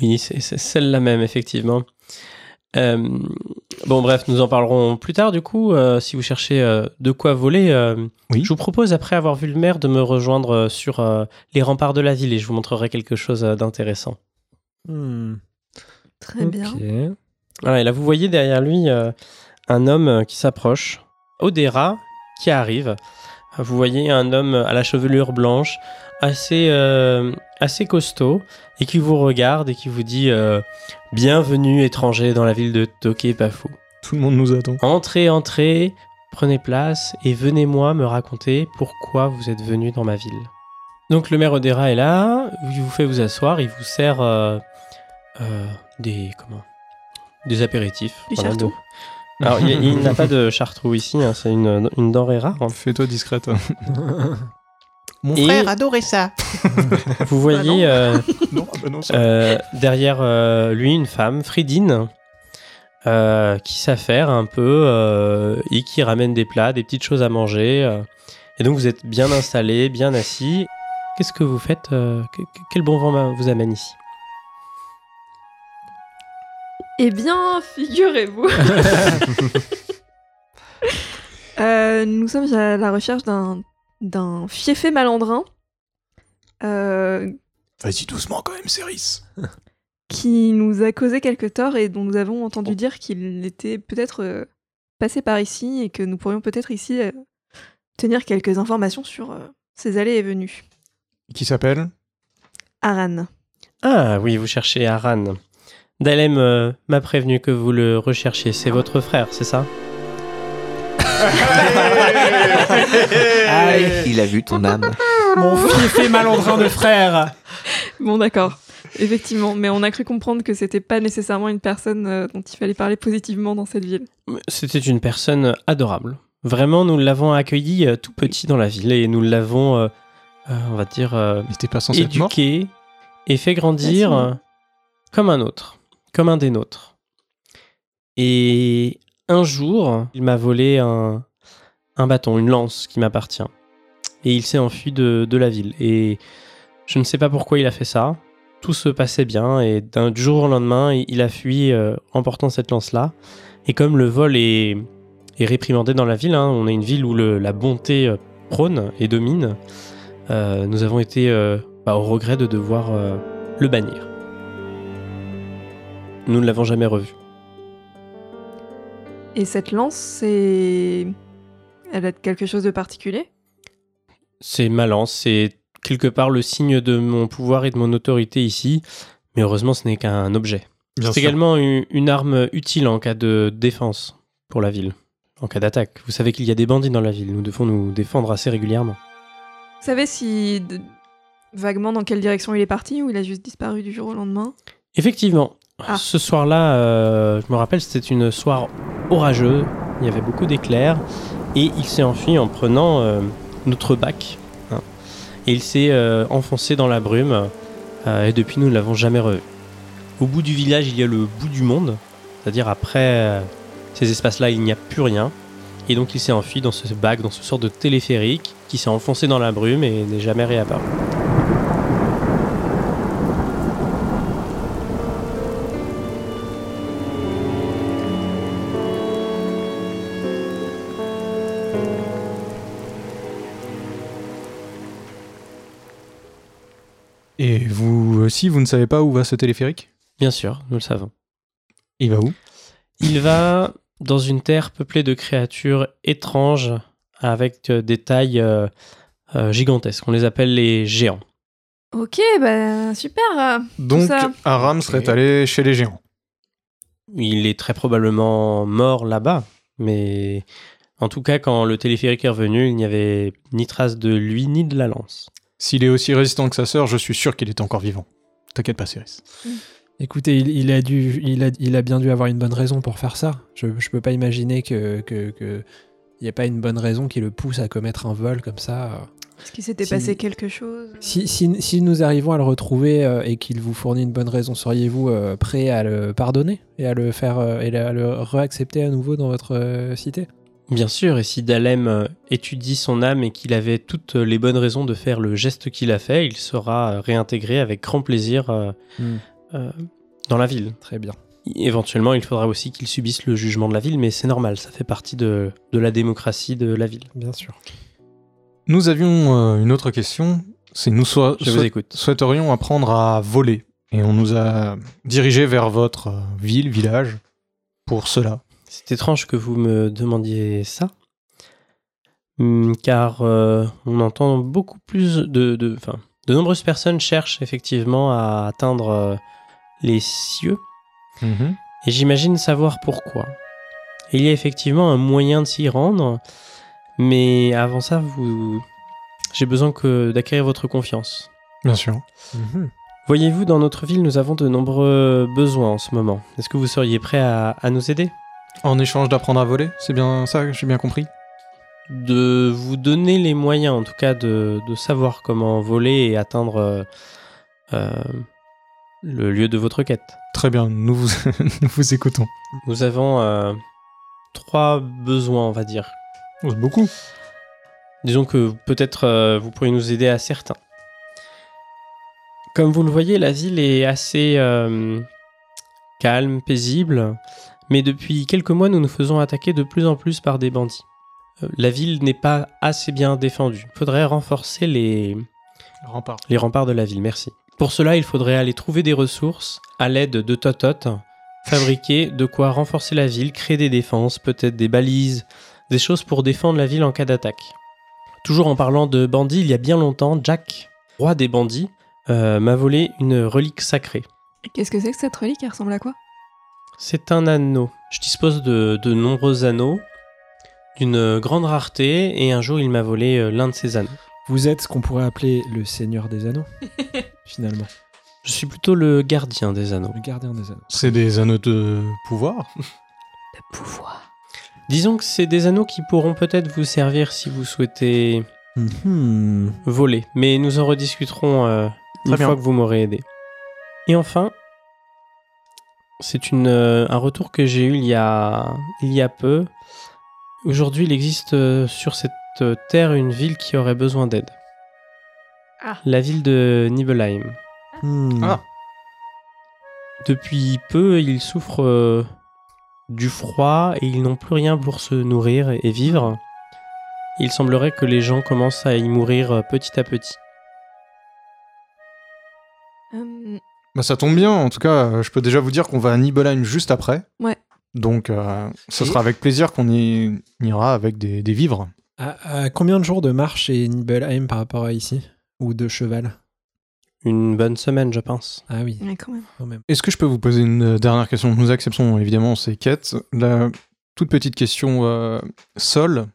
D: Oui, c'est c'est celle-là même, effectivement. Euh, bon, bref, nous en parlerons plus tard, du coup. Euh, si vous cherchez euh, de quoi voler, euh,
A: Oui.
D: je vous propose, après avoir vu le maire, de me rejoindre euh, sur euh, les remparts de la ville et je vous montrerai quelque chose euh, d'intéressant.
G: hmm,
B: Très bien.
G: ok.
D: Voilà, et là, vous voyez derrière lui euh, un homme euh, qui s'approche, Odera, qui arrive. Euh, Vous voyez un homme à la chevelure blanche, assez, euh, assez costaud, et qui vous regarde et qui vous dit euh, Bienvenue, étranger, dans la ville de Tokepafu.
A: Tout le monde nous attend.
D: Entrez, entrez, prenez place et venez-moi me raconter pourquoi vous êtes venu dans ma ville. Donc le maire Odera est là, il vous fait vous asseoir, il vous sert euh, euh, des comment des apéritifs.
B: Du
D: de-
B: chartrou
D: Alors il y a- il n'y a pas de chartrou ici, hein, c'est une, une denrée rare. hein.
A: Fais-toi discrète.
D: Mon frère adorait ça. vous voyez euh,
A: non, ah bah non, ça-
D: Euh, derrière euh, lui, une femme, Fridine, euh, qui s'affaire un peu euh, et qui ramène des plats, des petites choses à manger. euh. Et donc vous êtes bien installé, bien assis. Qu'est-ce que vous faites euh, que- que- Quel bon vent m'a- vous amène ici
B: Eh bien, figurez-vous. Euh, nous sommes à la recherche d'un d'un fiefé malandrin euh,
A: Vas-y doucement quand même, Céris.
B: qui nous a causé quelques torts et dont nous avons entendu dire qu'il était peut-être euh, passé par ici et que nous pourrions peut-être ici euh, tenir quelques informations sur euh, ses allées et venues.
A: Qui s'appelle
B: Aran.
D: Ah oui, vous cherchez Aran. Dalem euh, m'a prévenu que vous le recherchiez. C'est votre frère, c'est ça
C: Aïe, il a vu ton âme.
G: Mon fieffé malandrin de frère.
B: Bon, d'accord. Effectivement, mais on a cru comprendre que c'était pas nécessairement une personne euh, dont il fallait parler positivement dans cette ville.
D: C'était une personne euh, adorable. Vraiment, nous l'avons accueilli euh, tout petit dans la ville et nous l'avons, euh, euh, on va dire, euh,
A: Mais t'es pas censé être mort
D: éduqué et fait grandir
B: Merci.
D: euh, comme un autre, comme un des nôtres. Et un jour, il m'a volé un, un bâton, une lance qui m'appartient. Et il s'est enfui de, de la ville. Et je ne sais pas pourquoi il a fait ça. Tout se passait bien et d'un du jour au lendemain, il- il a fui euh, en portant cette lance-là. Et comme le vol est, est réprimandé dans la ville, hein, on est une ville où le- la bonté euh, prône et domine, euh, nous avons été euh, bah, au regret de devoir euh, le bannir. Nous ne l'avons jamais revu.
B: Et cette lance, c'est. Elle a quelque chose de particulier
D: C'est ma lance, c'est quelque part le signe de mon pouvoir et de mon autorité ici, mais heureusement ce n'est qu'un objet.
A: Bien
D: C'est
A: sûr.
D: également une, une arme utile en cas de défense pour la ville, en cas d'attaque. Vous savez qu'il y a des bandits dans la ville, nous devons nous défendre assez régulièrement.
B: Vous savez si. de- vaguement dans quelle direction il est parti ou il a juste disparu du jour au lendemain
D: Effectivement,
B: Ah.
D: ce soir-là, euh, je me rappelle, c'était une soirée orageuse, il y avait beaucoup d'éclairs, et il s'est enfui en prenant euh, notre bac, hein. et il s'est euh, enfoncé dans la brume, euh, et depuis nous ne l'avons jamais revu. Au bout du village, il y a le bout du monde, c'est-à-dire après euh, ces espaces-là, il n'y a plus rien, et donc il s'est enfui dans ce bac, dans ce sort de téléphérique, qui s'est enfoncé dans la brume et n'est jamais réapparu.
A: Et vous aussi, vous ne savez pas où va ce téléphérique
D: Bien sûr, nous le savons.
A: Il va où
D: Il va dans une terre peuplée de créatures étranges avec euh, des tailles euh, euh, gigantesques. On les appelle les géants.
B: Ok, bah super
A: Donc,
B: ça.
A: Aram serait allé chez les géants.
D: Il est très probablement mort là-bas, mais en tout cas, quand le téléphérique est revenu, il n'y avait ni trace de lui ni de la lance.
A: S'il est aussi résistant que sa sœur, je suis sûr qu'il est encore vivant. T'inquiète pas, Céris.
G: Écoutez, il, il a dû, il, a, il a bien dû avoir une bonne raison pour faire ça. Je, je peux pas imaginer que que, que y a pas une bonne raison qui le pousse à commettre un vol comme ça.
B: Est-ce qu'il s'était
G: Si-
B: passé quelque chose
G: Si, si, si nous arrivons à le retrouver euh, et qu'il vous fournit une bonne raison, seriez-vous euh, prêt à le pardonner et à le faire euh, et à le réaccepter à nouveau dans votre euh, cité
D: Bien sûr, et si Dalem euh, étudie son âme et qu'il avait toutes les bonnes raisons de faire le geste qu'il a fait, il sera euh, réintégré avec grand plaisir euh,
G: Hmm.
D: euh, dans la ville.
G: Très bien.
D: Éventuellement, il faudra aussi qu'ils subissent le jugement de la ville, mais c'est normal, ça fait partie de, de la démocratie de la ville.
G: Bien sûr.
A: Nous avions euh, une autre question. C'est nous soit,
D: Je vous
A: soit-
D: écoute.
A: souhaiterions apprendre à voler. Et on nous a dirigés vers votre euh, ville, village, pour cela.
D: C'est étrange que vous me demandiez ça, Hum, car euh, on entend beaucoup plus de... de- Enfin, de, nombreuses personnes cherchent effectivement à atteindre euh, les cieux, et j'imagine savoir pourquoi. Et il y a effectivement un moyen de s'y rendre, mais avant ça, vous... J'ai besoin que d'acquérir votre confiance.
A: Bien sûr.
G: Mhm.
D: Voyez-vous, dans notre ville, nous avons de nombreux besoins en ce moment. Est-ce que vous seriez prêt à, à nous aider
A: En échange d'apprendre à voler, c'est bien ça que j'ai bien compris
D: De vous donner les moyens, en tout cas, de, de savoir comment voler et atteindre euh, euh, le lieu de votre quête.
A: Très bien, nous vous, nous vous écoutons.
D: Nous avons euh, trois besoins, on va dire.
A: Oh, C'est beaucoup.
D: Disons que peut-être euh, vous pourriez nous aider à certains. Comme vous le voyez, la ville est assez euh, calme, paisible, mais depuis quelques mois, nous nous faisons attaquer de plus en plus par des bandits. Euh, La ville n'est pas assez bien défendue. Il faudrait renforcer les,
A: Rempart.
D: Les remparts de la ville, merci. Pour cela, il faudrait aller trouver des ressources à l'aide de Totot, fabriquer de quoi renforcer la ville, créer des défenses, peut-être des balises, des choses pour défendre la ville en cas d'attaque. Toujours en parlant de bandits, il y a bien longtemps, Jack, roi des bandits, euh, m'a volé une relique sacrée.
B: Qu'est-ce que c'est que cette relique Elle ressemble à quoi
D: C'est un anneau. Je dispose de, de nombreux anneaux, d'une grande rareté, et un jour il m'a volé euh, l'un de ces anneaux.
G: Vous êtes ce qu'on pourrait appeler le Seigneur des Anneaux, finalement.
D: Je suis plutôt le gardien des anneaux.
G: Le gardien des Anneaux.
A: C'est des anneaux de pouvoir.
B: Le pouvoir.
D: Disons que c'est des anneaux qui pourront peut-être vous servir si vous souhaitez
G: Mhm.
D: voler, mais nous en rediscuterons euh, une
C: Très bien.
D: fois que vous m'aurez aidé. Et enfin, c'est une, euh, un retour que j'ai eu il y a, il y a peu. Aujourd'hui, il existe euh, sur cette euh, terre une ville qui aurait besoin d'aide.
B: Ah.
D: La ville de Nibelheim.
G: Hmm.
A: Ah.
D: Depuis peu, ils souffrent euh, du froid et ils n'ont plus rien pour se nourrir et- et vivre. Il semblerait que les gens commencent à y mourir euh, petit à petit.
B: Hum,
A: Bah, ça tombe bien, en tout cas, euh, je peux déjà vous dire qu'on va à Nibelheim juste après.
B: Ouais.
A: Donc, euh, ce sera avec plaisir qu'on y on ira avec des, des vivres.
G: À, à combien de jours de marche est Nibelheim par rapport à ici Ou de cheval
D: Une bonne semaine, je pense.
G: Ah oui,
B: mais quand même.
G: quand même.
A: Est-ce que je peux vous poser une euh, dernière question Nous acceptons évidemment ces quêtes. La toute petite question euh, Sol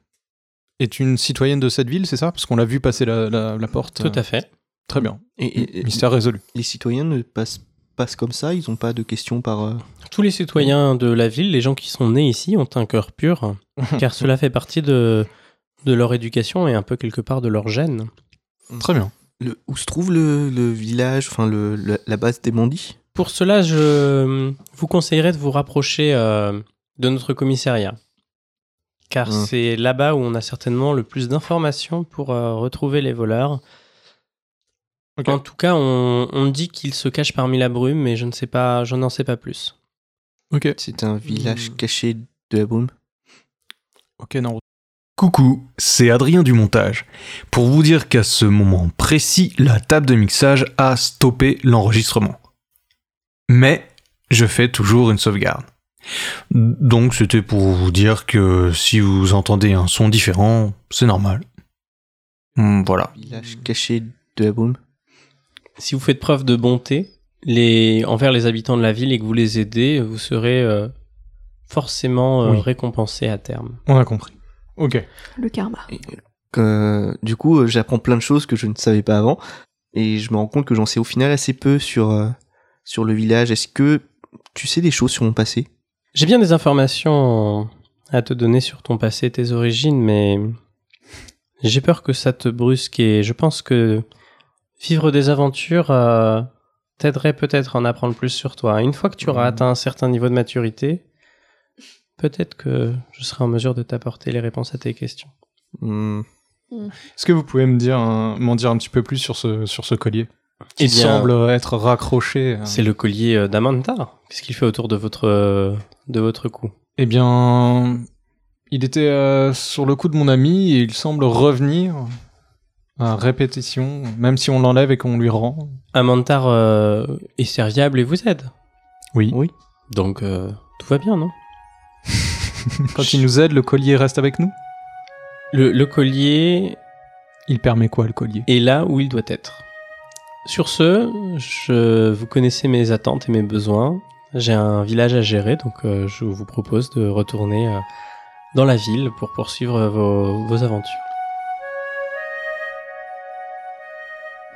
A: est une citoyenne de cette ville, c'est ça Parce qu'on l'a vu passer la, la- la porte. euh,
D: Tout à fait.
A: Très bien.
C: Et, et- et
A: Mystère résolu.
C: les citoyens ne passent, passent comme ça, ils n'ont pas de questions par. euh,
D: Tous les citoyens de la ville, les gens qui sont nés ici, ont un cœur pur, car cela fait partie de, de leur éducation et un peu quelque part de leur gène.
A: Très bien.
C: le- où se trouve le, le village, enfin le- le- la base des bandits
D: Pour cela, je euh, vous conseillerais de vous rapprocher euh, de notre commissariat, car
C: Hmm.
A: Mmh.
D: c'est là-bas où on a certainement le plus d'informations pour euh, retrouver les voleurs.
A: Ok.
D: En tout cas, on, on dit qu'ils se cachent parmi la brume, mais je ne sais pas, je n'en sais pas plus.
A: Ok.
C: C'est un village
A: Hmm.
C: caché de la brume.
A: Ok, Naruto.
H: Coucou, c'est Adrien du montage. Pour vous dire qu'à ce moment précis, la table de mixage a stoppé l'enregistrement. Mais je fais toujours une sauvegarde. Donc c'était pour vous dire que si vous entendez un son différent, c'est normal. Hmm, Voilà.
C: Village caché de la brume.
D: Si vous faites preuve de bonté les... envers les habitants de la ville et que vous les aidez, vous serez euh, forcément euh,
A: Oui.
D: récompensé à terme.
A: On a compris. Ok.
B: Le karma.
C: Et, euh, du coup, euh, j'apprends plein de choses que je ne savais pas avant, et je me rends compte que j'en sais au final assez peu sur, euh, sur le village. Est-ce que tu sais des choses sur mon passé
D: J'ai bien des informations à te donner sur ton passé et tes origines, mais j'ai peur que ça te brusque et je pense que vivre des aventures euh, t'aiderait peut-être à en apprendre plus sur toi. Une fois que tu auras atteint un certain niveau de maturité, peut-être que je serai en mesure de t'apporter les réponses à tes questions.
C: Hmm.
A: Est-ce que vous pouvez me dire un- m'en dire un petit peu plus sur ce, sur ce collier
D: Eh
A: Il
D: bien,
A: semble être raccroché. hein. à-
D: C'est le collier euh, d'Amantar. Qu'est-ce qu'il fait autour de votre, euh, de votre cou
A: Eh bien, il était euh, sur le coup de mon ami et il semble revenir à répétition, même si on l'enlève et qu'on lui rend.
D: Amantar euh, est serviable et vous aide.
A: Oui.
C: Oui.
D: Donc, euh, tout va bien, non
A: Quand il nous aide, le collier reste avec nous.
D: le, le collier
A: Il permet quoi le collier
D: est là où il doit être. Sur ce, je, vous connaissez mes attentes et mes besoins. J'ai un village à gérer, donc euh, je vous propose de retourner euh, dans la ville pour poursuivre vos, vos aventures.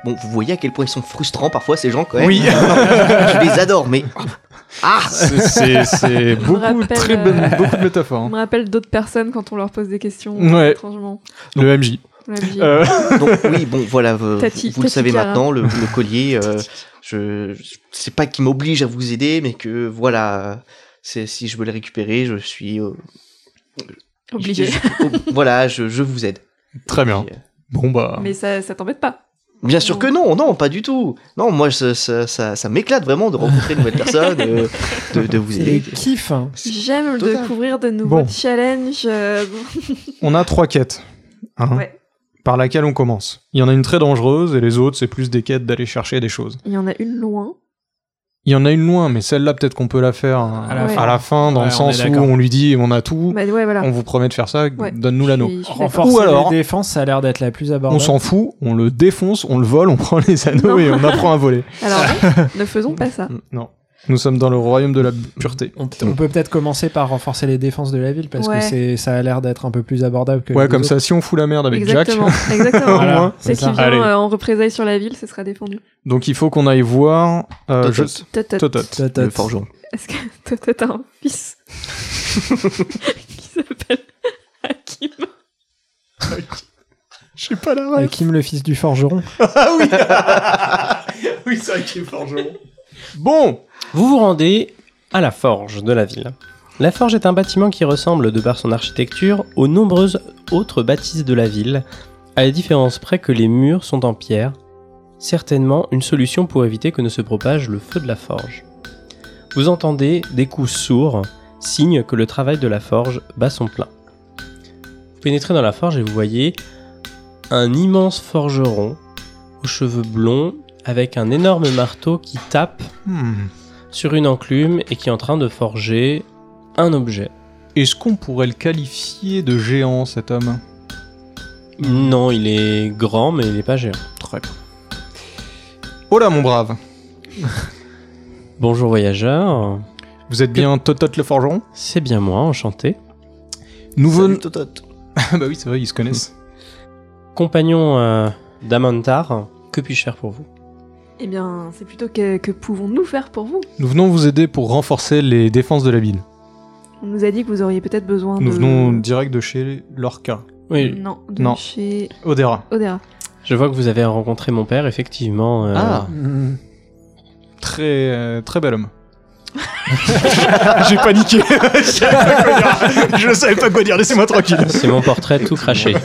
C: Bon, vous voyez à quel point ils sont frustrants parfois ces gens quand même.
A: Oui.
C: je les adore, mais ah,
A: C'est c'est beaucoup,
B: rappelle,
A: très
B: euh,
A: bonne- beaucoup de métaphores.
B: On
A: hein.
B: me rappelle d'autres personnes quand on leur pose des questions.
A: Ouais.
B: Étrangement.
A: Le MJ.
B: On l'a dit.
A: Euh,
C: Donc oui, bon, voilà, vous,
B: Tati-
C: vous le
B: Tati
C: savez
B: Cara.
C: maintenant, le, le collier, euh, je, je- c'est pas qu'il m'oblige à vous aider, mais que voilà, c'est, si je veux le récupérer, je suis euh,
B: Obligé.
C: je- je- voilà, je, je vous aide.
A: très Ah, bien.
C: Puis, euh,
A: Bon bah.
B: Mais ça, ça t'embête pas.
C: Bien sûr que non, non, pas du tout. Non, moi, ça, ça, ça, ça m'éclate vraiment de rencontrer de nouvelles personnes, euh, de, de vous
G: C'est
C: aider.
G: kiff hein.
B: J'aime
C: Total.
B: découvrir de nouveaux
A: Bon.
B: challenges. euh,
A: On a trois quêtes. hein.
B: Ouais.
A: par laquelle on commence. Il y en a une très dangereuse et les autres, c'est plus des quêtes d'aller chercher des choses.
B: Il y en a une loin.
A: Il y en a une loin, mais celle-là, peut-être qu'on peut la faire hein,
F: À
A: à
F: la
B: fin.
A: la, fin. dans
F: Ouais,
A: le
F: on
A: sens
F: est
A: où
F: d'accord.
A: on lui dit on a tout,
B: Bah ouais, voilà.
A: on vous promet de faire ça,
B: Ouais.
A: donne-nous l'anneau.
B: Je suis- je suis d'accord.
F: Renforcer
A: Ou alors-
F: les défenses, ça a l'air d'être la plus abordable.
A: On s'en fout, on le défonce, on le vole, on prend les anneaux
B: Non.
A: et on apprend à voler.
B: Alors, non, ne faisons pas ça.
A: Non. Nous sommes dans le royaume de la pureté.
F: On, on peut peut-être commencer par renforcer les défenses de la ville parce
B: Ouais.
F: que c'est ça a l'air d'être un peu plus abordable que
A: Ouais,
F: les
A: comme
F: autres.
A: ça, si on fout la merde avec
B: exactement,
A: Jack.
B: exactement.
A: Voilà.
F: Voilà,
B: C'est
F: c'est
B: qui
F: ça.
A: Allez.
B: vient euh, en représailles sur la ville, ce sera défendu.
A: Donc il faut qu'on aille voir. euh,
C: Totot.
A: je-
B: Tot, tot.
A: Totot.
F: Totot.
C: Le forgeron.
B: Est-ce que toi, toi, t'as un fils qui s'appelle Hakim
A: Je sais pas la
F: Hakim, le fils du forgeron.
A: Oui, c'est vrai qu'il est forgeron. Bon
D: Vous vous rendez à la forge de la ville. La forge est un bâtiment qui ressemble, de par son architecture, aux nombreuses autres bâtisses de la ville, à la différence près que les murs sont en pierre, certainement une solution pour éviter que ne se propage le feu de la forge. Vous entendez des coups sourds, signe que le travail de la forge bat son plein. Vous pénétrez dans la forge et vous voyez un immense forgeron aux cheveux blonds avec un énorme marteau qui tape
A: Hmm.
D: sur une enclume et qui est en train de forger un objet.
A: Est-ce qu'on pourrait le qualifier de géant, cet homme
D: Non, il est grand, mais il n'est pas géant.
A: Très bien. Oh là, mon brave
D: Bonjour voyageur,
A: Vous êtes bien Totot le forgeron
D: c'est bien moi, enchanté.
A: Nous
C: Salut,
A: venons.
C: Totot.
A: Ah bah oui, c'est vrai, ils se connaissent.
D: Compagnon euh, d'Amantar, que puis-je faire pour vous
B: Eh bien, c'est plutôt que, que pouvons-nous faire pour vous
A: Nous venons vous aider pour renforcer les défenses de la ville.
B: On nous a dit que vous auriez peut-être besoin
A: Nous Euh.
B: de...
A: venons direct de chez Lorca.
D: Oui,
B: Non, de
A: Non.
B: chez
A: Odera.
B: Odera.
D: je vois que vous avez rencontré mon père, effectivement. euh,
A: Ah.
F: Mm.
A: Très, euh, très bel homme. J'ai paniqué. Je savais pas quoi dire. Je savais pas quoi dire. Laissez-moi tranquille.
D: C'est mon portrait tout craché.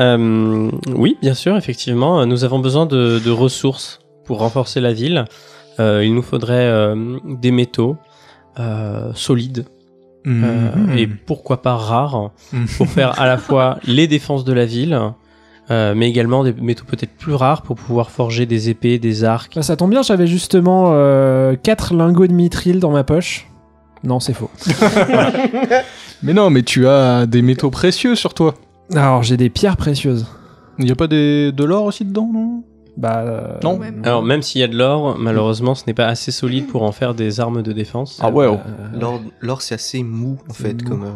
D: Euh, oui, bien sûr, effectivement. Nous avons besoin de, de ressources pour renforcer la ville. Euh, il nous faudrait euh, des métaux euh, solides euh, et pourquoi pas rares
A: Mhm.
D: pour faire à la fois les défenses de la ville. euh, mais également des métaux peut-être plus rares pour pouvoir forger des épées, des arcs.
F: Bah, ça tombe bien, j'avais justement 4 lingots de mithril dans ma poche. Non, c'est faux.
A: Mais non, mais tu as des métaux précieux sur toi.
F: Alors, j'ai des pierres précieuses.
A: Il n'y a pas des, de l'or aussi dedans, non
F: Bah, euh,
A: Non.
B: Ouais, mais-
D: Alors même s'il y a de l'or, malheureusement ce n'est pas assez solide pour en faire des armes de défense.
A: Ah ouais, oh.
F: euh,
C: L'or, l'or, c'est assez mou, en fait,
F: mou.
C: comme. euh,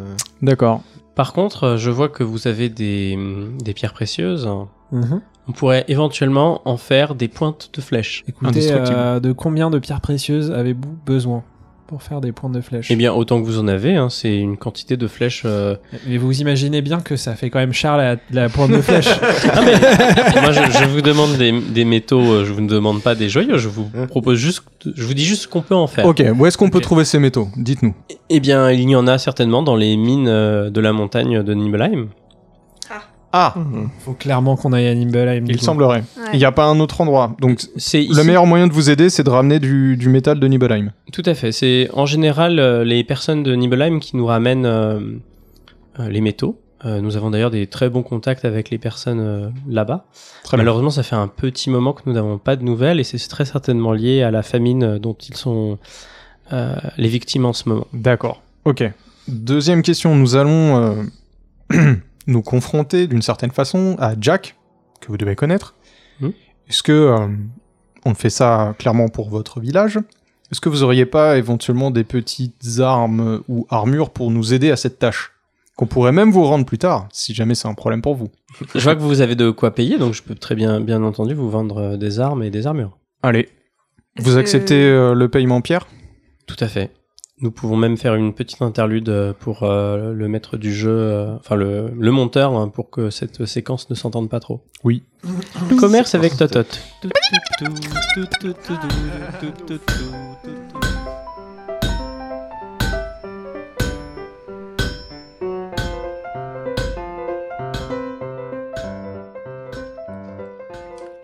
A: D'accord.
D: Par contre, euh, je vois que vous avez des, hum, des pierres précieuses.
F: mhm.
D: On pourrait éventuellement en faire des pointes de flèches.
F: Écoutez,
A: Indestructible.
F: euh, de combien de pierres précieuses avez-vous besoin pour faire des pointes de flèche
D: Eh bien, autant que vous en avez, hein, c'est une quantité de flèches. euh,
F: Mais vous imaginez bien que ça fait quand même cher la, la pointe de flèche.
D: Ah, mais moi, je, je vous demande des, des métaux, euh, je vous ne demande pas des joyaux, je vous propose juste, je vous dis juste ce qu'on peut en faire.
A: Hein? Ok, où est-ce qu'on peut
D: Ok.
A: trouver ces métaux Dites-nous.
D: Eh bien, il y en a certainement dans les mines euh, de la montagne de Nibelheim.
A: Ah,
F: Faut clairement qu'on aille à Nimbleheim.
A: il semblerait.
B: Ouais.
A: Il n'y a pas un autre endroit. Donc,
D: C'est
A: le
D: ici-
A: meilleur moyen de vous aider, c'est de ramener du, du métal de Nibelheim.
D: Tout à fait. C'est en général euh, les personnes de Nibelheim qui nous ramènent euh, euh, les métaux. Euh, nous avons d'ailleurs des très bons contacts avec les personnes euh, là-bas.
A: Très bien.
D: Malheureusement, ça fait un petit moment que nous n'avons pas de nouvelles et c'est très certainement lié à la famine euh, dont ils sont euh, les victimes en ce moment.
A: D'accord. Ok. Deuxième question, nous allons euh, nous confronter d'une certaine façon à Jack, que vous devez connaître.
D: Hmm.
A: Est-ce que euh, on fait ça clairement pour votre village Est-ce que vous auriez pas éventuellement des petites armes ou armures pour nous aider à cette tâche qu'on pourrait même vous rendre plus tard, si jamais c'est un problème pour vous.
D: Je vois que vous avez de quoi payer, donc je peux très bien, bien entendu, vous vendre euh, des armes et des armures.
A: Allez,
B: Est-ce
A: vous
B: que-
A: acceptez euh, le paiement en pierre
D: Tout à fait. Nous pouvons même faire une petite interlude euh, pour euh, le maître du jeu, euh, enfin le, le monteur, hein, pour que cette séquence ne s'entende pas trop.
A: Oui.
D: Commerce avec Totot.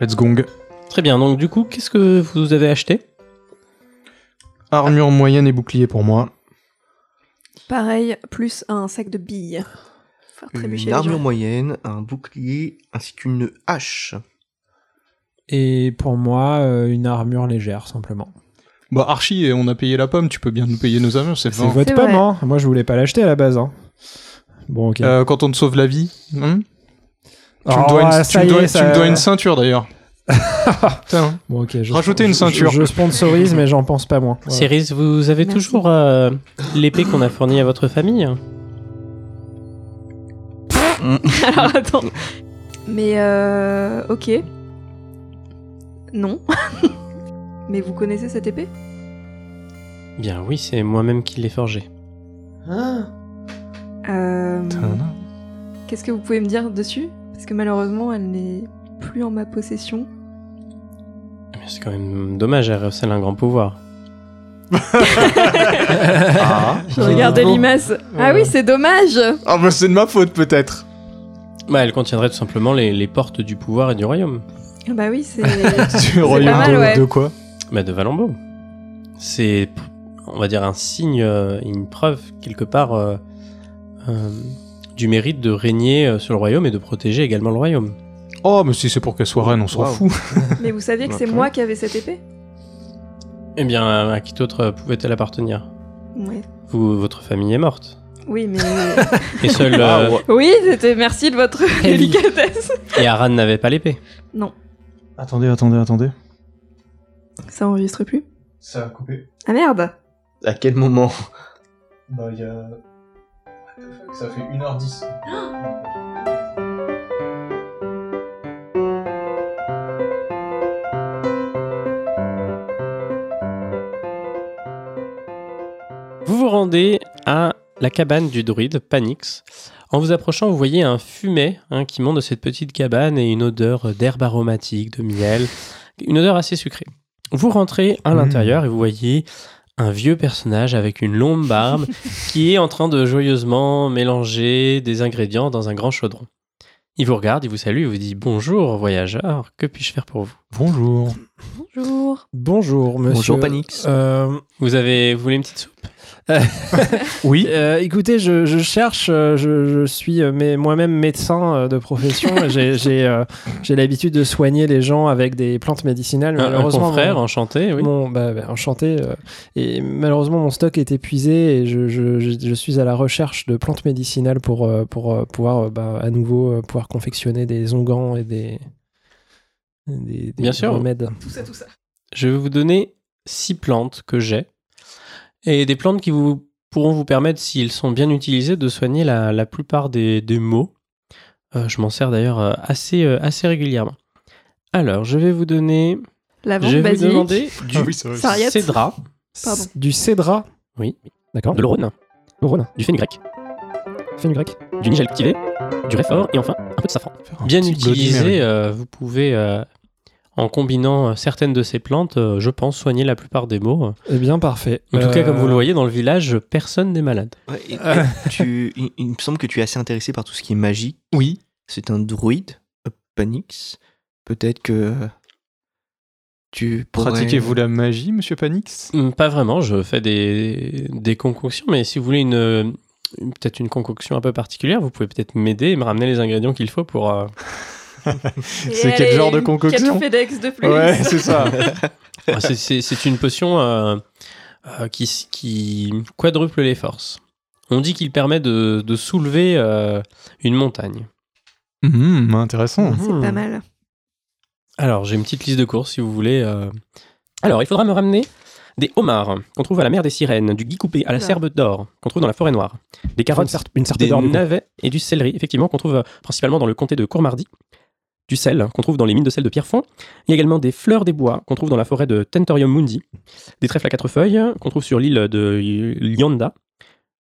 A: Let's gong.
D: Très bien, donc du coup, qu'est-ce que vous avez acheté
A: Armure moyenne et bouclier pour moi.
B: Pareil, plus un sac de billes. faire trébucher
C: Une
B: les
C: armure
B: gens.
C: moyenne, un bouclier ainsi qu'une hache.
F: Et pour moi, euh, une armure légère, simplement.
A: Bah, Archie, on a payé la pomme, tu peux bien nous payer nos avions, c'est
F: C'est
A: bon.
F: votre
B: C'est
F: pomme,
B: vrai.
F: hein Moi, je voulais pas l'acheter à la base, hein. Bon, ok.
A: Euh, quand on te sauve la vie, hein tu, me
F: Oh,
A: dois une,
F: ah,
A: tu
F: ça
A: me
F: y
A: dois-
F: est,
A: tu me
F: ça-
A: dois une ceinture d'ailleurs. Putain. hein.
F: Bon, ok, je-
A: Rajoutez une
F: je-
A: ceinture.
F: Je, je sponsorise, mais j'en pense pas moins. Voilà.
D: Céris, vous avez
B: Merci.
D: toujours euh, l'épée qu'on a fournie à votre famille
B: Alors Ah, attends. Mais euh, ok. Non. Mais vous connaissez cette épée
D: Bien oui, c'est moi-même qui l'ai forgée.
B: Euh, Qu'est-ce que vous pouvez me dire dessus Parce que malheureusement, elle n'est plus en ma possession.
D: Mais C'est quand même dommage, elle recèle un grand pouvoir.
C: Ah.
B: Je regarde Limace. Ah oui, c'est dommage
A: Ah bah c'est de ma faute peut-être.
D: Bah, elle contiendrait tout simplement les, les portes du pouvoir et du royaume.
B: Ah Bah oui, c'est.
A: Tu
B: pas mal, ouais.
A: quoi
D: Bah, de Valambo. C'est, on va dire, un signe, euh, une preuve, quelque part, euh, euh, du mérite de régner euh, sur le royaume et de protéger également le royaume.
A: Oh mais si c'est pour qu'elle soit reine, on s'en
C: Waouh.
A: fout.
B: Mais vous saviez que c'est
C: D'accord.
B: moi qui avais cette épée
D: Eh bien, à- à qui d'autre euh, pouvait-elle appartenir
B: Ouais.
D: Vous, votre famille est morte.
B: Oui, mais.
D: Et seul. euh,
B: oui, c'était. Merci de votre délicatesse.
D: et Aran n'avait pas l'épée.
A: Attendez, attendez, attendez.
B: Ça enregistre plus
C: Ça a coupé.
B: Ah merde
C: À quel moment
A: Bah il y a... Ça fait 1h10.
D: Vous vous rendez à la cabane du druide, Panix. En vous approchant, vous voyez un fumet hein, qui monte de cette petite cabane et une odeur d'herbe aromatique, de miel, une odeur assez sucrée. Vous rentrez à
H: Mmh.
D: l'intérieur et vous voyez un vieux personnage avec une longue barbe qui est en train de joyeusement mélanger des ingrédients dans un grand chaudron. Il vous regarde, il vous salue, il vous dit bonjour voyageur, que puis-je faire pour vous
A: Bonjour.
B: Bonjour
F: Bonjour, monsieur.
C: Bonjour Panix.
F: Euh,
D: Vous avez, vous voulez une petite soupe
F: oui. Euh, écoutez, je, je cherche, euh, je, je suis euh, mais moi-même médecin euh, de profession. et j'ai j'ai, euh, j'ai l'habitude de soigner les gens avec des plantes médicinales.
D: Un- Un
F: Malheureusement,
D: confrère,
F: mon-
D: enchanté, oui.
F: mon- bah, bah, enchanté. euh, et malheureusement, mon stock est épuisé et je, je- je- je suis à la recherche de plantes médicinales pour, euh, pour euh, pouvoir euh, bah, à nouveau euh, pouvoir confectionner des onguents et des, des, des
D: Bien sûr.
F: remèdes.
B: Tout ça, tout ça.
D: Je vais vous donner six plantes que j'ai et des plantes qui vous pourront vous permettre, s'ils sont bien utilisées, de soigner la, la plupart des, des maux. Euh, je m'en sers d'ailleurs euh, assez, euh, assez régulièrement. Alors, je vais vous donner.
B: La
D: je
B: vente
D: vais vous
B: basilic.
D: demander
F: Ah.
D: du
B: Sarriette.
D: cédra,
B: Pardon.
F: Du cédra.
D: Oui.
F: D'accord.
D: de l'aurone,
F: Le Rhône.
D: du fenugrec,
F: Fais une grecque.
D: du nigel cultivé, du réfort et enfin un peu de safran. Bien utilisé, euh, vous pouvez, euh, en combinant euh, certaines de ces plantes, euh, je pense, soigner la plupart des maux. euh, En
F: Eh bien, parfait.
D: tout cas,
F: Euh,
D: comme vous le voyez, dans le village, personne n'est malade.
C: Ouais, et-
F: Euh.
C: et tu- il, il me semble que tu es assez intéressé par tout ce qui est magie.
A: Oui.
C: C'est un druide, euh, Panix. Peut-être que tu pourrais-
A: Pratiquez-vous la magie, monsieur Panix
D: Hum, Pas vraiment, je fais des, des concoctions, mais si vous voulez une, euh, une- peut-être une concoction un peu particulière, vous pouvez peut-être m'aider et me ramener les ingrédients qu'il faut pour... euh,
A: C'est quel genre de concoction
B: Quatre FedEx de plus.
A: Ouais, c'est ça.
D: Ah, c'est- c'est c'est une potion euh, euh, qui, s- qui quadruple les forces. On dit qu'il permet de, de soulever euh, une montagne.
F: Hmm,
D: Mm.
A: Hum, intéressant.
B: Ah, C'est pas mal.
D: Alors, j'ai une petite liste de courses si vous voulez. euh. Alors, il faudra me ramener des homards qu'on trouve à la mer des sirènes, du gui coupé à la
B: Oula.
D: serbe d'or qu'on trouve dans la forêt noire, des carottes
F: une certaine
D: des navets et du céleri, effectivement, qu'on trouve euh, principalement dans le comté de Courmardy, du sel hein, qu'on trouve dans les mines de sel de Pierrefonds, il y a également des fleurs des bois qu'on trouve dans la forêt de Tentorium Mundi, des trèfles à quatre feuilles hein, qu'on trouve sur l'île de Lyanda,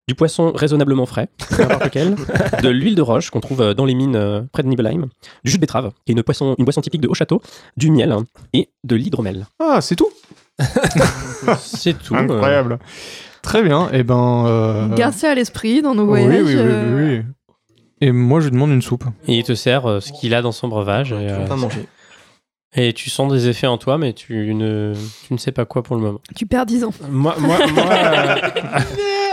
D: du poisson raisonnablement frais, n'importe lequel, de l'huile de roche qu'on trouve euh, dans les mines euh, près de Nibelheim, du jus de betterave, qui est une poisson, une boisson typique de Haut-Château, du miel hein, et de l'hydromel.
A: Ah, c'est tout
D: C'est tout. euh.
A: Incroyable. Très bien. Et ben. euh,
B: Garde ça à l'esprit dans nos
A: oui,
B: voyages.
A: oui, oui,
B: euh,
A: oui, oui. Et moi, je lui demande une soupe.
D: Et il te sert euh, ce qu'il a dans son breuvage.
C: Tu
D: et,
C: vas
D: euh,
C: pas manger.
D: Et tu sens des effets en toi, mais tu ne, tu ne sais pas quoi pour le moment.
B: Ah, Tu perds 10 ans.
F: Moi, moi, moi, euh,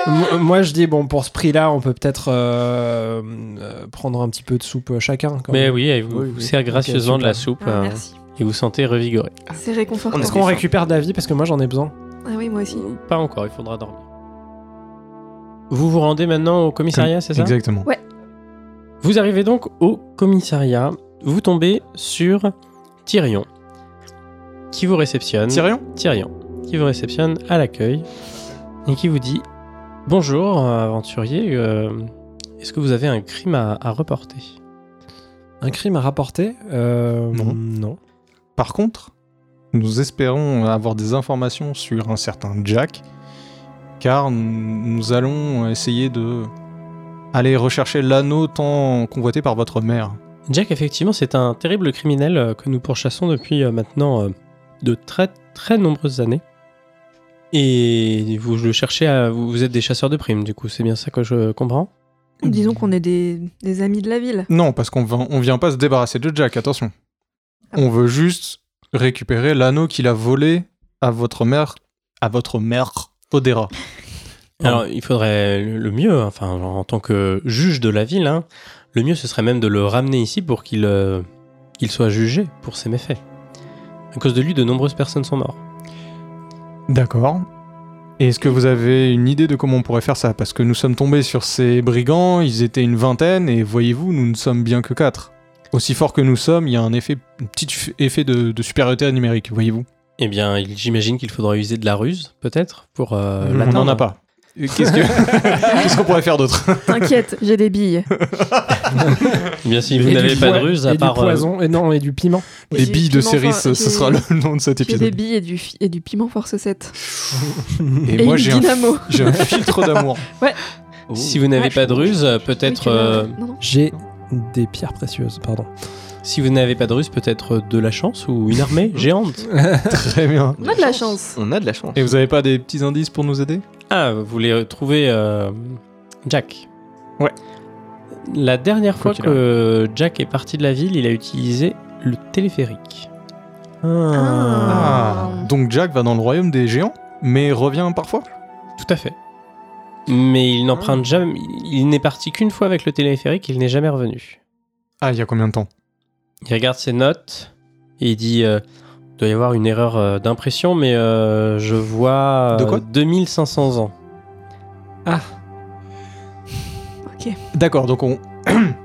F: Moi- Moi, je dis, bon, pour ce prix-là, on peut peut-être euh, euh, prendre un petit peu de soupe euh, chacun. Quand
D: Mais
F: même.
D: oui, elle vous,
F: Oui,
D: vous
F: oui.
D: sert gracieusement
F: Ok,
D: de la
F: super.
D: soupe
B: Ah,
D: euh,
B: merci.
D: et vous sentez revigoré.
B: C'est réconfortant.
C: On
F: Est-ce qu'on récupère de la vie Parce que moi, j'en ai besoin.
B: Ah oui, moi aussi.
D: Pas encore, il faudra dormir. Vous vous rendez maintenant au commissariat, c'est ça
H: Exactement.
D: Vous arrivez donc au commissariat. Vous tombez sur Tyrion, qui vous réceptionne.
A: Tyrion
D: Tyrion, qui vous réceptionne à l'accueil et qui vous dit Bonjour, euh, aventurier, euh, est-ce que vous avez un crime à, à reporter
F: Un crime à rapporter Euh,
H: Non.
A: Par contre, nous espérons avoir des informations sur un certain Jack, car nous nous allons essayer de aller rechercher l'anneau tant convoité par votre mère.
D: Jack, effectivement, c'est un terrible criminel euh, que nous pourchassons depuis euh, maintenant euh, de très très nombreuses années. Et vous le cherchez à. Vous vous êtes des chasseurs de primes, du coup, c'est bien ça que je comprends
B: Disons qu'on est des, des amis de la ville.
A: Non, parce qu'on vient- on vient pas se débarrasser de Jack, attention. On veut juste récupérer l'anneau qu'il a volé à votre mère, à votre mère Odera. Pardon.
D: Alors, il faudrait le le mieux, hein, enfin, genre, en tant que juge de la ville, hein, le mieux ce serait même de le ramener ici pour qu'il euh, qu'il soit jugé pour ses méfaits. À cause de lui, de nombreuses personnes sont mortes.
A: D'accord. Et est-ce que vous avez une idée de comment on pourrait faire ça Parce que nous sommes tombés sur ces brigands, ils étaient une vingtaine, et voyez-vous, nous ne sommes bien que quatre. Aussi forts que nous sommes, il y a un effet, un petit f- effet de, de supériorité numérique, voyez-vous.
D: Eh bien, il- j'imagine qu'il faudra user de la ruse, peut-être, pour euh,
A: on
D: l'atteindre.
A: n'en a pas.
B: Euh,
A: Et Qu'est-ce que- qu'est-ce qu'on pourrait faire d'autre
B: T'inquiète, j'ai des billes.
D: Eh Bien, si vous
F: Et du
D: n'avez pas de
F: poi-
D: ruse,
F: et
D: à
F: du
D: part. euh,
F: poison, et non, et du piment.
A: Les
B: J'ai-
A: billes de
B: piment
A: série,
B: for-
A: ce, ce
B: j'ai-
A: sera le nom de cet
B: J'ai des
A: épisode.
B: billes et du, fi- et du piment force 7.
A: Et,
B: Et, une
A: moi, j'ai un,
B: dynamo.
A: j'ai un filtre d'amour.
D: si vous n'avez pas de ruse, euh, peut-être.
B: Oui, tu l'as.
D: euh,
B: Non, non.
F: J'ai des pierres précieuses, pardon.
D: si vous n'avez pas de ruse, peut-être de la chance ou une armée géante.
A: Très bien.
B: On a de la chance.
C: On a de la chance.
A: Et vous avez pas des petits indices pour nous aider
D: Ah, vous voulez trouver euh, Jack
A: Ouais.
D: La dernière fois
C: Quoi qu'il
D: que Jack est parti de la ville, il a utilisé le téléphérique.
B: Ah.
A: Donc Jack va dans le royaume des géants, mais revient parfois
D: Tout à fait. Mais il n'emprunte jamais. Il n'est parti qu'une fois avec le téléphérique, il n'est jamais revenu.
A: Ah, il y a combien de temps
D: Il regarde ses notes et il dit euh, Il doit y avoir une erreur euh, d'impression, mais euh, je vois.
A: De
D: euh,
A: quoi
D: 2500 ans.
A: D'accord, donc on...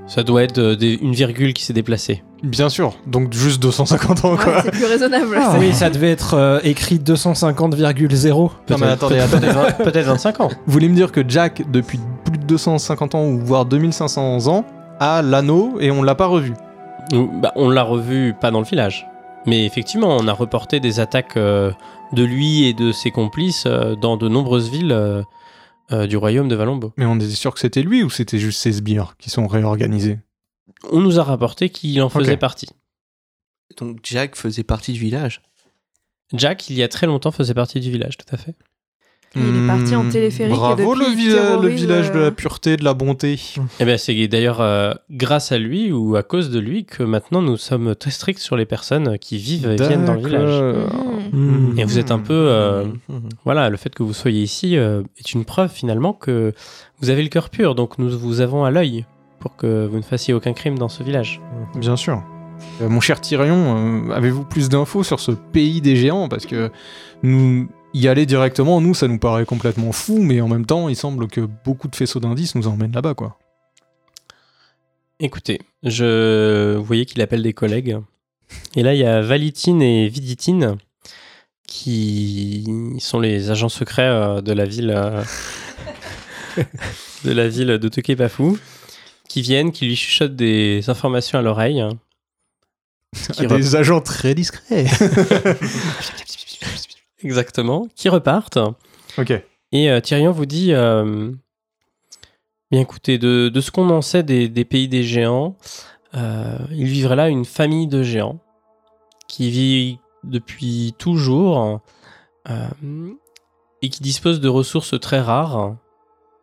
D: Ça doit être euh, des- une virgule qui s'est déplacée.
A: Bien sûr, donc juste 250 ans, Oh, quoi.
B: Ouais, c'est plus raisonnable.
F: Ah,
B: C'est-
F: oui, ça devait être euh, écrit 250,0.
A: Non, mais attendez, attendez.
D: Peut-être 25 ans.
A: Vous voulez me dire que Jack, depuis plus de 250 ans, ou voire 2500 ans, a l'anneau et on l'a pas revu
D: Nous, bah, on l'a revu pas dans le village. Mais effectivement, on a reporté des attaques euh, de lui et de ses complices euh, dans de nombreuses villes euh, euh, du royaume de Valombo.
A: Mais on était sûr que c'était lui ou c'était juste ses sbires qui sont réorganisés
D: On nous a rapporté qu'il en faisait partie.
C: Donc Jack faisait partie du village.
D: Jack, il y a très longtemps, faisait partie du village, tout à fait.
B: Il est parti en
A: Hmm,
B: téléphérique et
A: Bravo
B: depuis,
A: le,
B: il
A: villa- le
B: terrorise,
A: village de la
B: euh,
A: pureté, de la bonté.
D: Et bien, Eh ben, c'est d'ailleurs euh, grâce à lui ou à cause de lui que maintenant nous sommes très stricts sur les personnes qui vivent et viennent dans le village.
A: Euh,
B: Mhm.
D: Et vous êtes un peu. euh,
C: Mhm.
D: Voilà, le fait que vous soyez ici euh, est une preuve finalement que vous avez le cœur pur, donc nous vous avons à l'œil pour que vous ne fassiez aucun crime dans ce village.
A: Bien sûr. Euh, mon cher Tyrion, euh, avez-vous plus d'infos sur ce pays des géants Parce que nous y aller directement, nous, ça nous paraît complètement fou, mais en même temps, il semble que beaucoup de faisceaux d'indices nous emmènent là-bas, quoi.
D: Écoutez, je vous voyez qu'il appelle des collègues. Et là, il y a Valitine et Viditine qui sont les agents secrets euh, de la ville euh, de la ville de Tokepafu qui viennent, qui lui chuchotent des informations à l'oreille. Ce qui
A: Des agents très discrets.
D: Exactement, qui repartent.
A: ok.
D: Et euh, Tyrion vous dit euh, Bien écoutez, de, de ce qu'on en sait des, des pays des géants, euh, il vivrait là une famille de géants qui vit depuis toujours euh, et qui dispose de ressources très rares.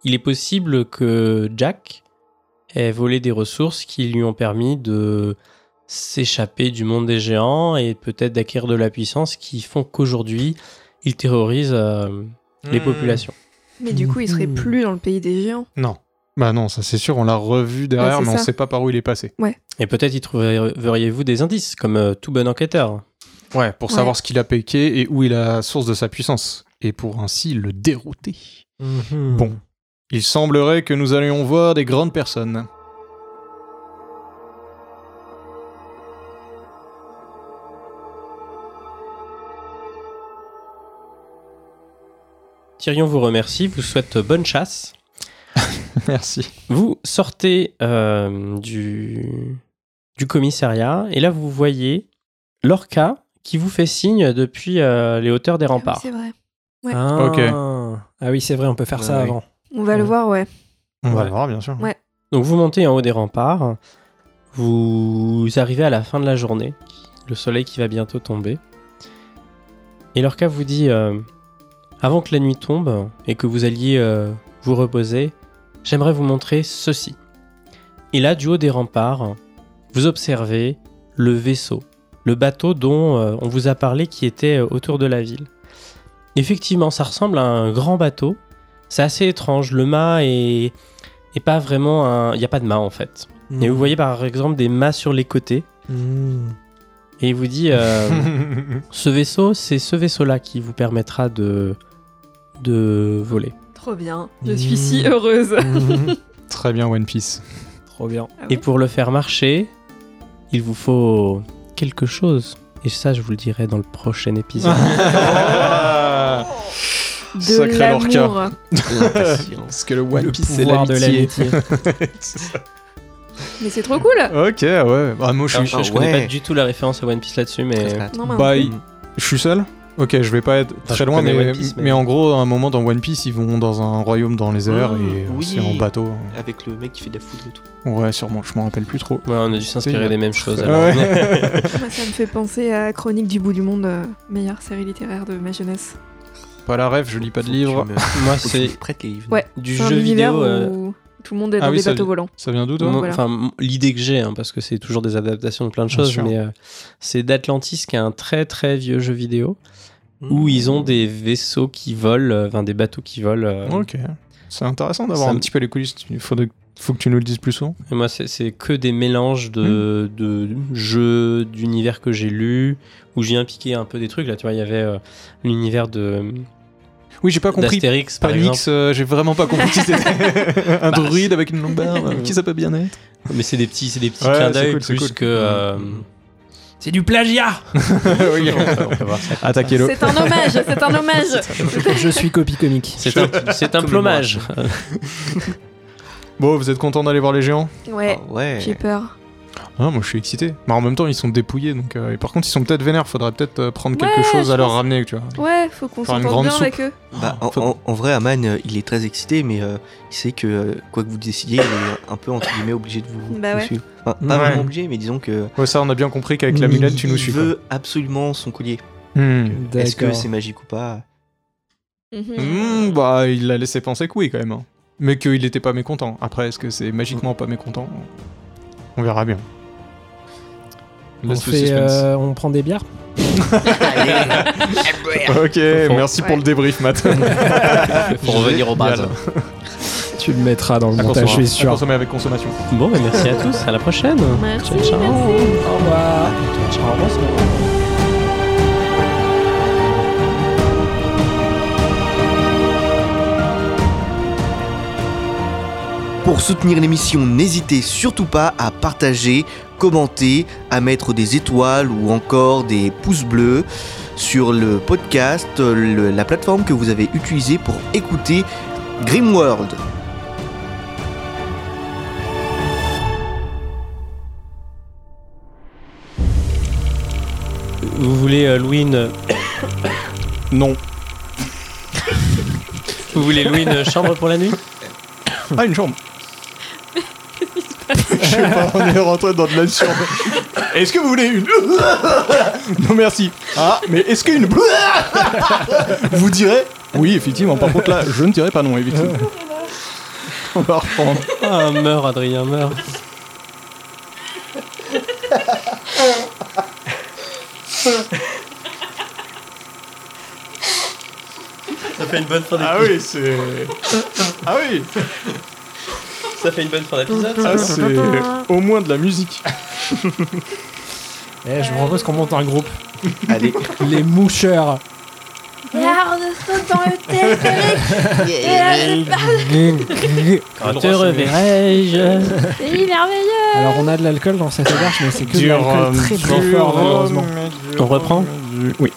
D: Il est possible que Jack ait volé des ressources qui lui ont permis de s'échapper du monde des géants et peut-être d'acquérir de la puissance qui font qu'aujourd'hui il terrorise euh, les populations.
B: Mais du coup, il
A: hmm.
B: serait plus dans le pays des géants.
A: Non. Bah non, ça c'est sûr, on l'a revu
B: Ouais,
A: derrière,
B: c'est
A: mais on
B: ça.
A: sait pas par où il est passé.
D: Et peut-être y trouveriez-vous des indices, comme euh, tout bon enquêteur.
A: Ouais, pour
B: Ouais.
A: savoir ce qu'il a piqué et où est la source de sa puissance. Et pour ainsi le dérouter. Bon. Il semblerait que nous allions voir des grandes personnes.
D: Tyrion vous remercie, vous souhaite euh, bonne chasse.
A: Merci.
D: Vous sortez euh, du, du commissariat et là vous voyez Lorca qui vous fait signe depuis euh, les hauteurs des
B: Ah oui,
D: remparts.
B: C'est vrai. Ouais.
F: Ah,
A: Ok.
F: ah oui, c'est vrai, on peut faire
C: Ah
F: ça
C: oui.
F: avant.
B: On va le voir, ouais.
A: On va
D: Ouais.
A: le voir, bien sûr.
B: Ouais.
D: Donc vous montez en haut des remparts, vous arrivez à la fin de la journée, le soleil qui va bientôt tomber. Et Lorca vous dit, euh, avant que la nuit tombe et que vous alliez euh, vous reposer, j'aimerais vous montrer ceci. Et là, du haut des remparts, vous observez le vaisseau, le bateau dont euh, on vous a parlé qui était euh, autour de la ville. Effectivement, ça ressemble à un grand bateau. C'est assez étrange. Le mât est, et pas vraiment un. Il n'y a pas de mât en fait.
F: Hmm.
D: Et vous voyez par exemple des mâts sur les côtés.
B: Mmh.
D: Et il vous dit euh, ce vaisseau, c'est ce vaisseau-là qui vous permettra de, de voler.
B: Trop bien. Je suis si heureuse.
A: Très bien, One Piece.
F: Trop bien.
B: Ah
D: Et
B: ouais.
D: pour le faire marcher, il vous faut quelque chose. Et ça, je vous le dirai dans le prochain épisode.
A: Ah,
B: De
A: Sacré Lorca.
B: l'amour.
A: Parce que le One
F: Le
A: Piece, c'est
F: pouvoir de
A: l'amitié.
F: l'amitié.
B: Mais c'est trop cool.
A: ok, ouais. Ah, moi,
D: Je,
A: je suis,
D: je-
C: Ah
D: je connais
C: ouais.
D: pas du tout la référence à One Piece là-dessus, mais.
B: Non, mais
A: Bye. je suis seul Ok, je vais pas être
D: je
A: très loin, mais,
D: connais
A: mais,
D: One Piece, mais-
A: en gros, à un moment dans One Piece, ils vont dans un royaume dans les
B: Ah,
A: airs et euh,
C: oui.
A: c'est en bateau.
C: Avec le mec qui fait de la foudre et tout.
A: Ouais, sûrement, je m'en rappelle plus trop.
D: Ouais, on a dû s'inspirer
A: C'est-
D: des mêmes
B: Ah
D: choses. alors.
A: Ouais.
B: Moi, ça me fait penser à Chronique du bout du monde, euh, meilleure série littéraire de ma jeunesse.
A: pas la ref, je lis pas de
C: Faut que tu
A: livres.
C: me-
D: Moi,
C: faut que tu
D: c'est
C: me prêtes les livres.
B: Ouais.
D: du
B: C'est un
D: jeu
B: univers
D: vidéo. euh,
B: où tout le monde est
A: Ah
B: dans
A: oui,
B: des
A: ça-
B: bateaux volants.
A: Ça vient d'où, toi
D: Mon-
B: voilà.
D: Enfin, mon- l'idée que j'ai, hein, parce que c'est toujours des adaptations de plein de
A: Bien
D: choses,
A: sûr.
D: mais euh, c'est d'Atlantis qui est un très très vieux jeu vidéo
C: Hmm.
A: Mmh.
D: où ils ont des vaisseaux qui volent, euh, enfin des bateaux qui volent. euh,
A: Ok. C'est intéressant d'avoir
D: Ça
A: un
D: me-
A: petit peu les coulisses. Il faut, de- faut que tu nous le dises plus souvent.
D: Et moi, c'est- c'est que des mélanges
A: Mmh.
D: de, de jeux, d'univers que j'ai lu, où j'ai impliqué un peu des trucs. Là, tu vois, il y avait euh, l'univers de
A: Oui, j'ai pas compris.
D: d'Astérix, par exemple. Bah,
A: Panix, euh, j'ai vraiment pas compris si c'était un druide avec une longue barbe. Qui ça peut bien être
D: Mais c'est des petits, c'est des petits
A: Ouais,
D: clins
A: c'est
D: d'œil
A: cool, c'est
D: plus
A: cool. Mmh.
D: que. euh, C'est du plagiat.
A: Oui.
D: On peut- on peut voir ça.
A: Attaquez-le.
B: C'est un hommage, c'est un hommage.
F: Je suis copie comique.
D: C'est un, c'est un plomage.
A: Bon, vous êtes content d'aller voir les géants
B: Ouais,
C: Ah ouais.
B: j'ai peur.
A: Ah, moi je suis excité. Mais en même temps, ils sont dépouillés. Donc, euh, et par contre, ils sont peut-être vénères. Faudrait peut-être euh, prendre quelque
B: Ouais,
A: chose
B: je
A: à leur
B: pense-
A: ramener, tu vois.
B: Ouais, faut qu'on
A: Faire une
B: s'entende
A: grande
B: bien
A: soupe.
B: avec eux.
C: Bah, en,
A: Faut-
C: en- en vrai, Aman, euh, il est très excité, mais euh, il sait que euh, quoi que vous décidiez, il est un peu entre guillemets obligé de vous,
B: Bah
C: vous
B: ouais.
C: suivre. Enfin, pas
A: Ouais.
C: vraiment obligé, mais disons que
A: Ouais, ça, on a bien compris qu'avec la mulette, tu nous
C: il
A: suis.
C: veut absolument son collier.
A: quoi. Hmm.
C: Est-ce que
F: D'accord.
C: c'est magique ou pas
B: Mhm.
A: Hmm, bah, il a laissé penser que oui, quand même. hein. Mais qu'il était pas mécontent. Après, est-ce que c'est magiquement pas mécontent On verra bien.
F: on,
A: Laisse le
F: fait,
A: suspense.
F: euh, on prend des bières
A: Ok, merci
B: Ouais.
A: pour le débrief, Matt.
D: Pour revenir aux bases.
F: Tu le mettras dans le
A: À
F: montage, je
A: consommer,
F: suis
A: à
F: sûr.
A: consommer avec consommation.
D: Bon, bah, merci à tous. À la prochaine.
B: Merci,
D: Ciao, ciao.
B: merci.
F: Au revoir. Au revoir.
C: Pour soutenir l'émission, n'hésitez surtout pas à partager, commenter, à mettre des étoiles ou encore des pouces bleus sur le podcast, le- la plateforme que vous avez utilisée pour écouter Grimworld.
D: Vous voulez euh, louer une.
A: Non.
D: Vous voulez louer une chambre pour la nuit
A: Ah, une chambre. Je sais pas, on est rentré dans de l'absurde. Est-ce que vous voulez une Non, merci. Ah, mais est-ce qu'une Vous direz Oui, effectivement. Par contre, là, je ne dirais pas non, effectivement. On va reprendre.
D: Ah, meurs, Adrien, meurs.
I: fait une bonne fin d'épisode.
A: Ah oui, c'est. Ah oui,
I: Ça fait une bonne fin d'épisode.
A: ça Ah, c'est au moins de la musique.
G: Eh, je vous propose qu'on monte un groupe.
C: Allez,
G: Les moucheurs.
E: Regarde, saute dans le tel
D: Te reverrai-je
E: C'est lui merveilleux.
G: Alors, on a de l'alcool dans cette auberge, mais c'est que de
A: Dur,
G: l'alcool
A: euh,
G: très
A: dur,
G: très fort, malheureusement.
A: mais dur,
D: On reprend
A: mais dur. Oui.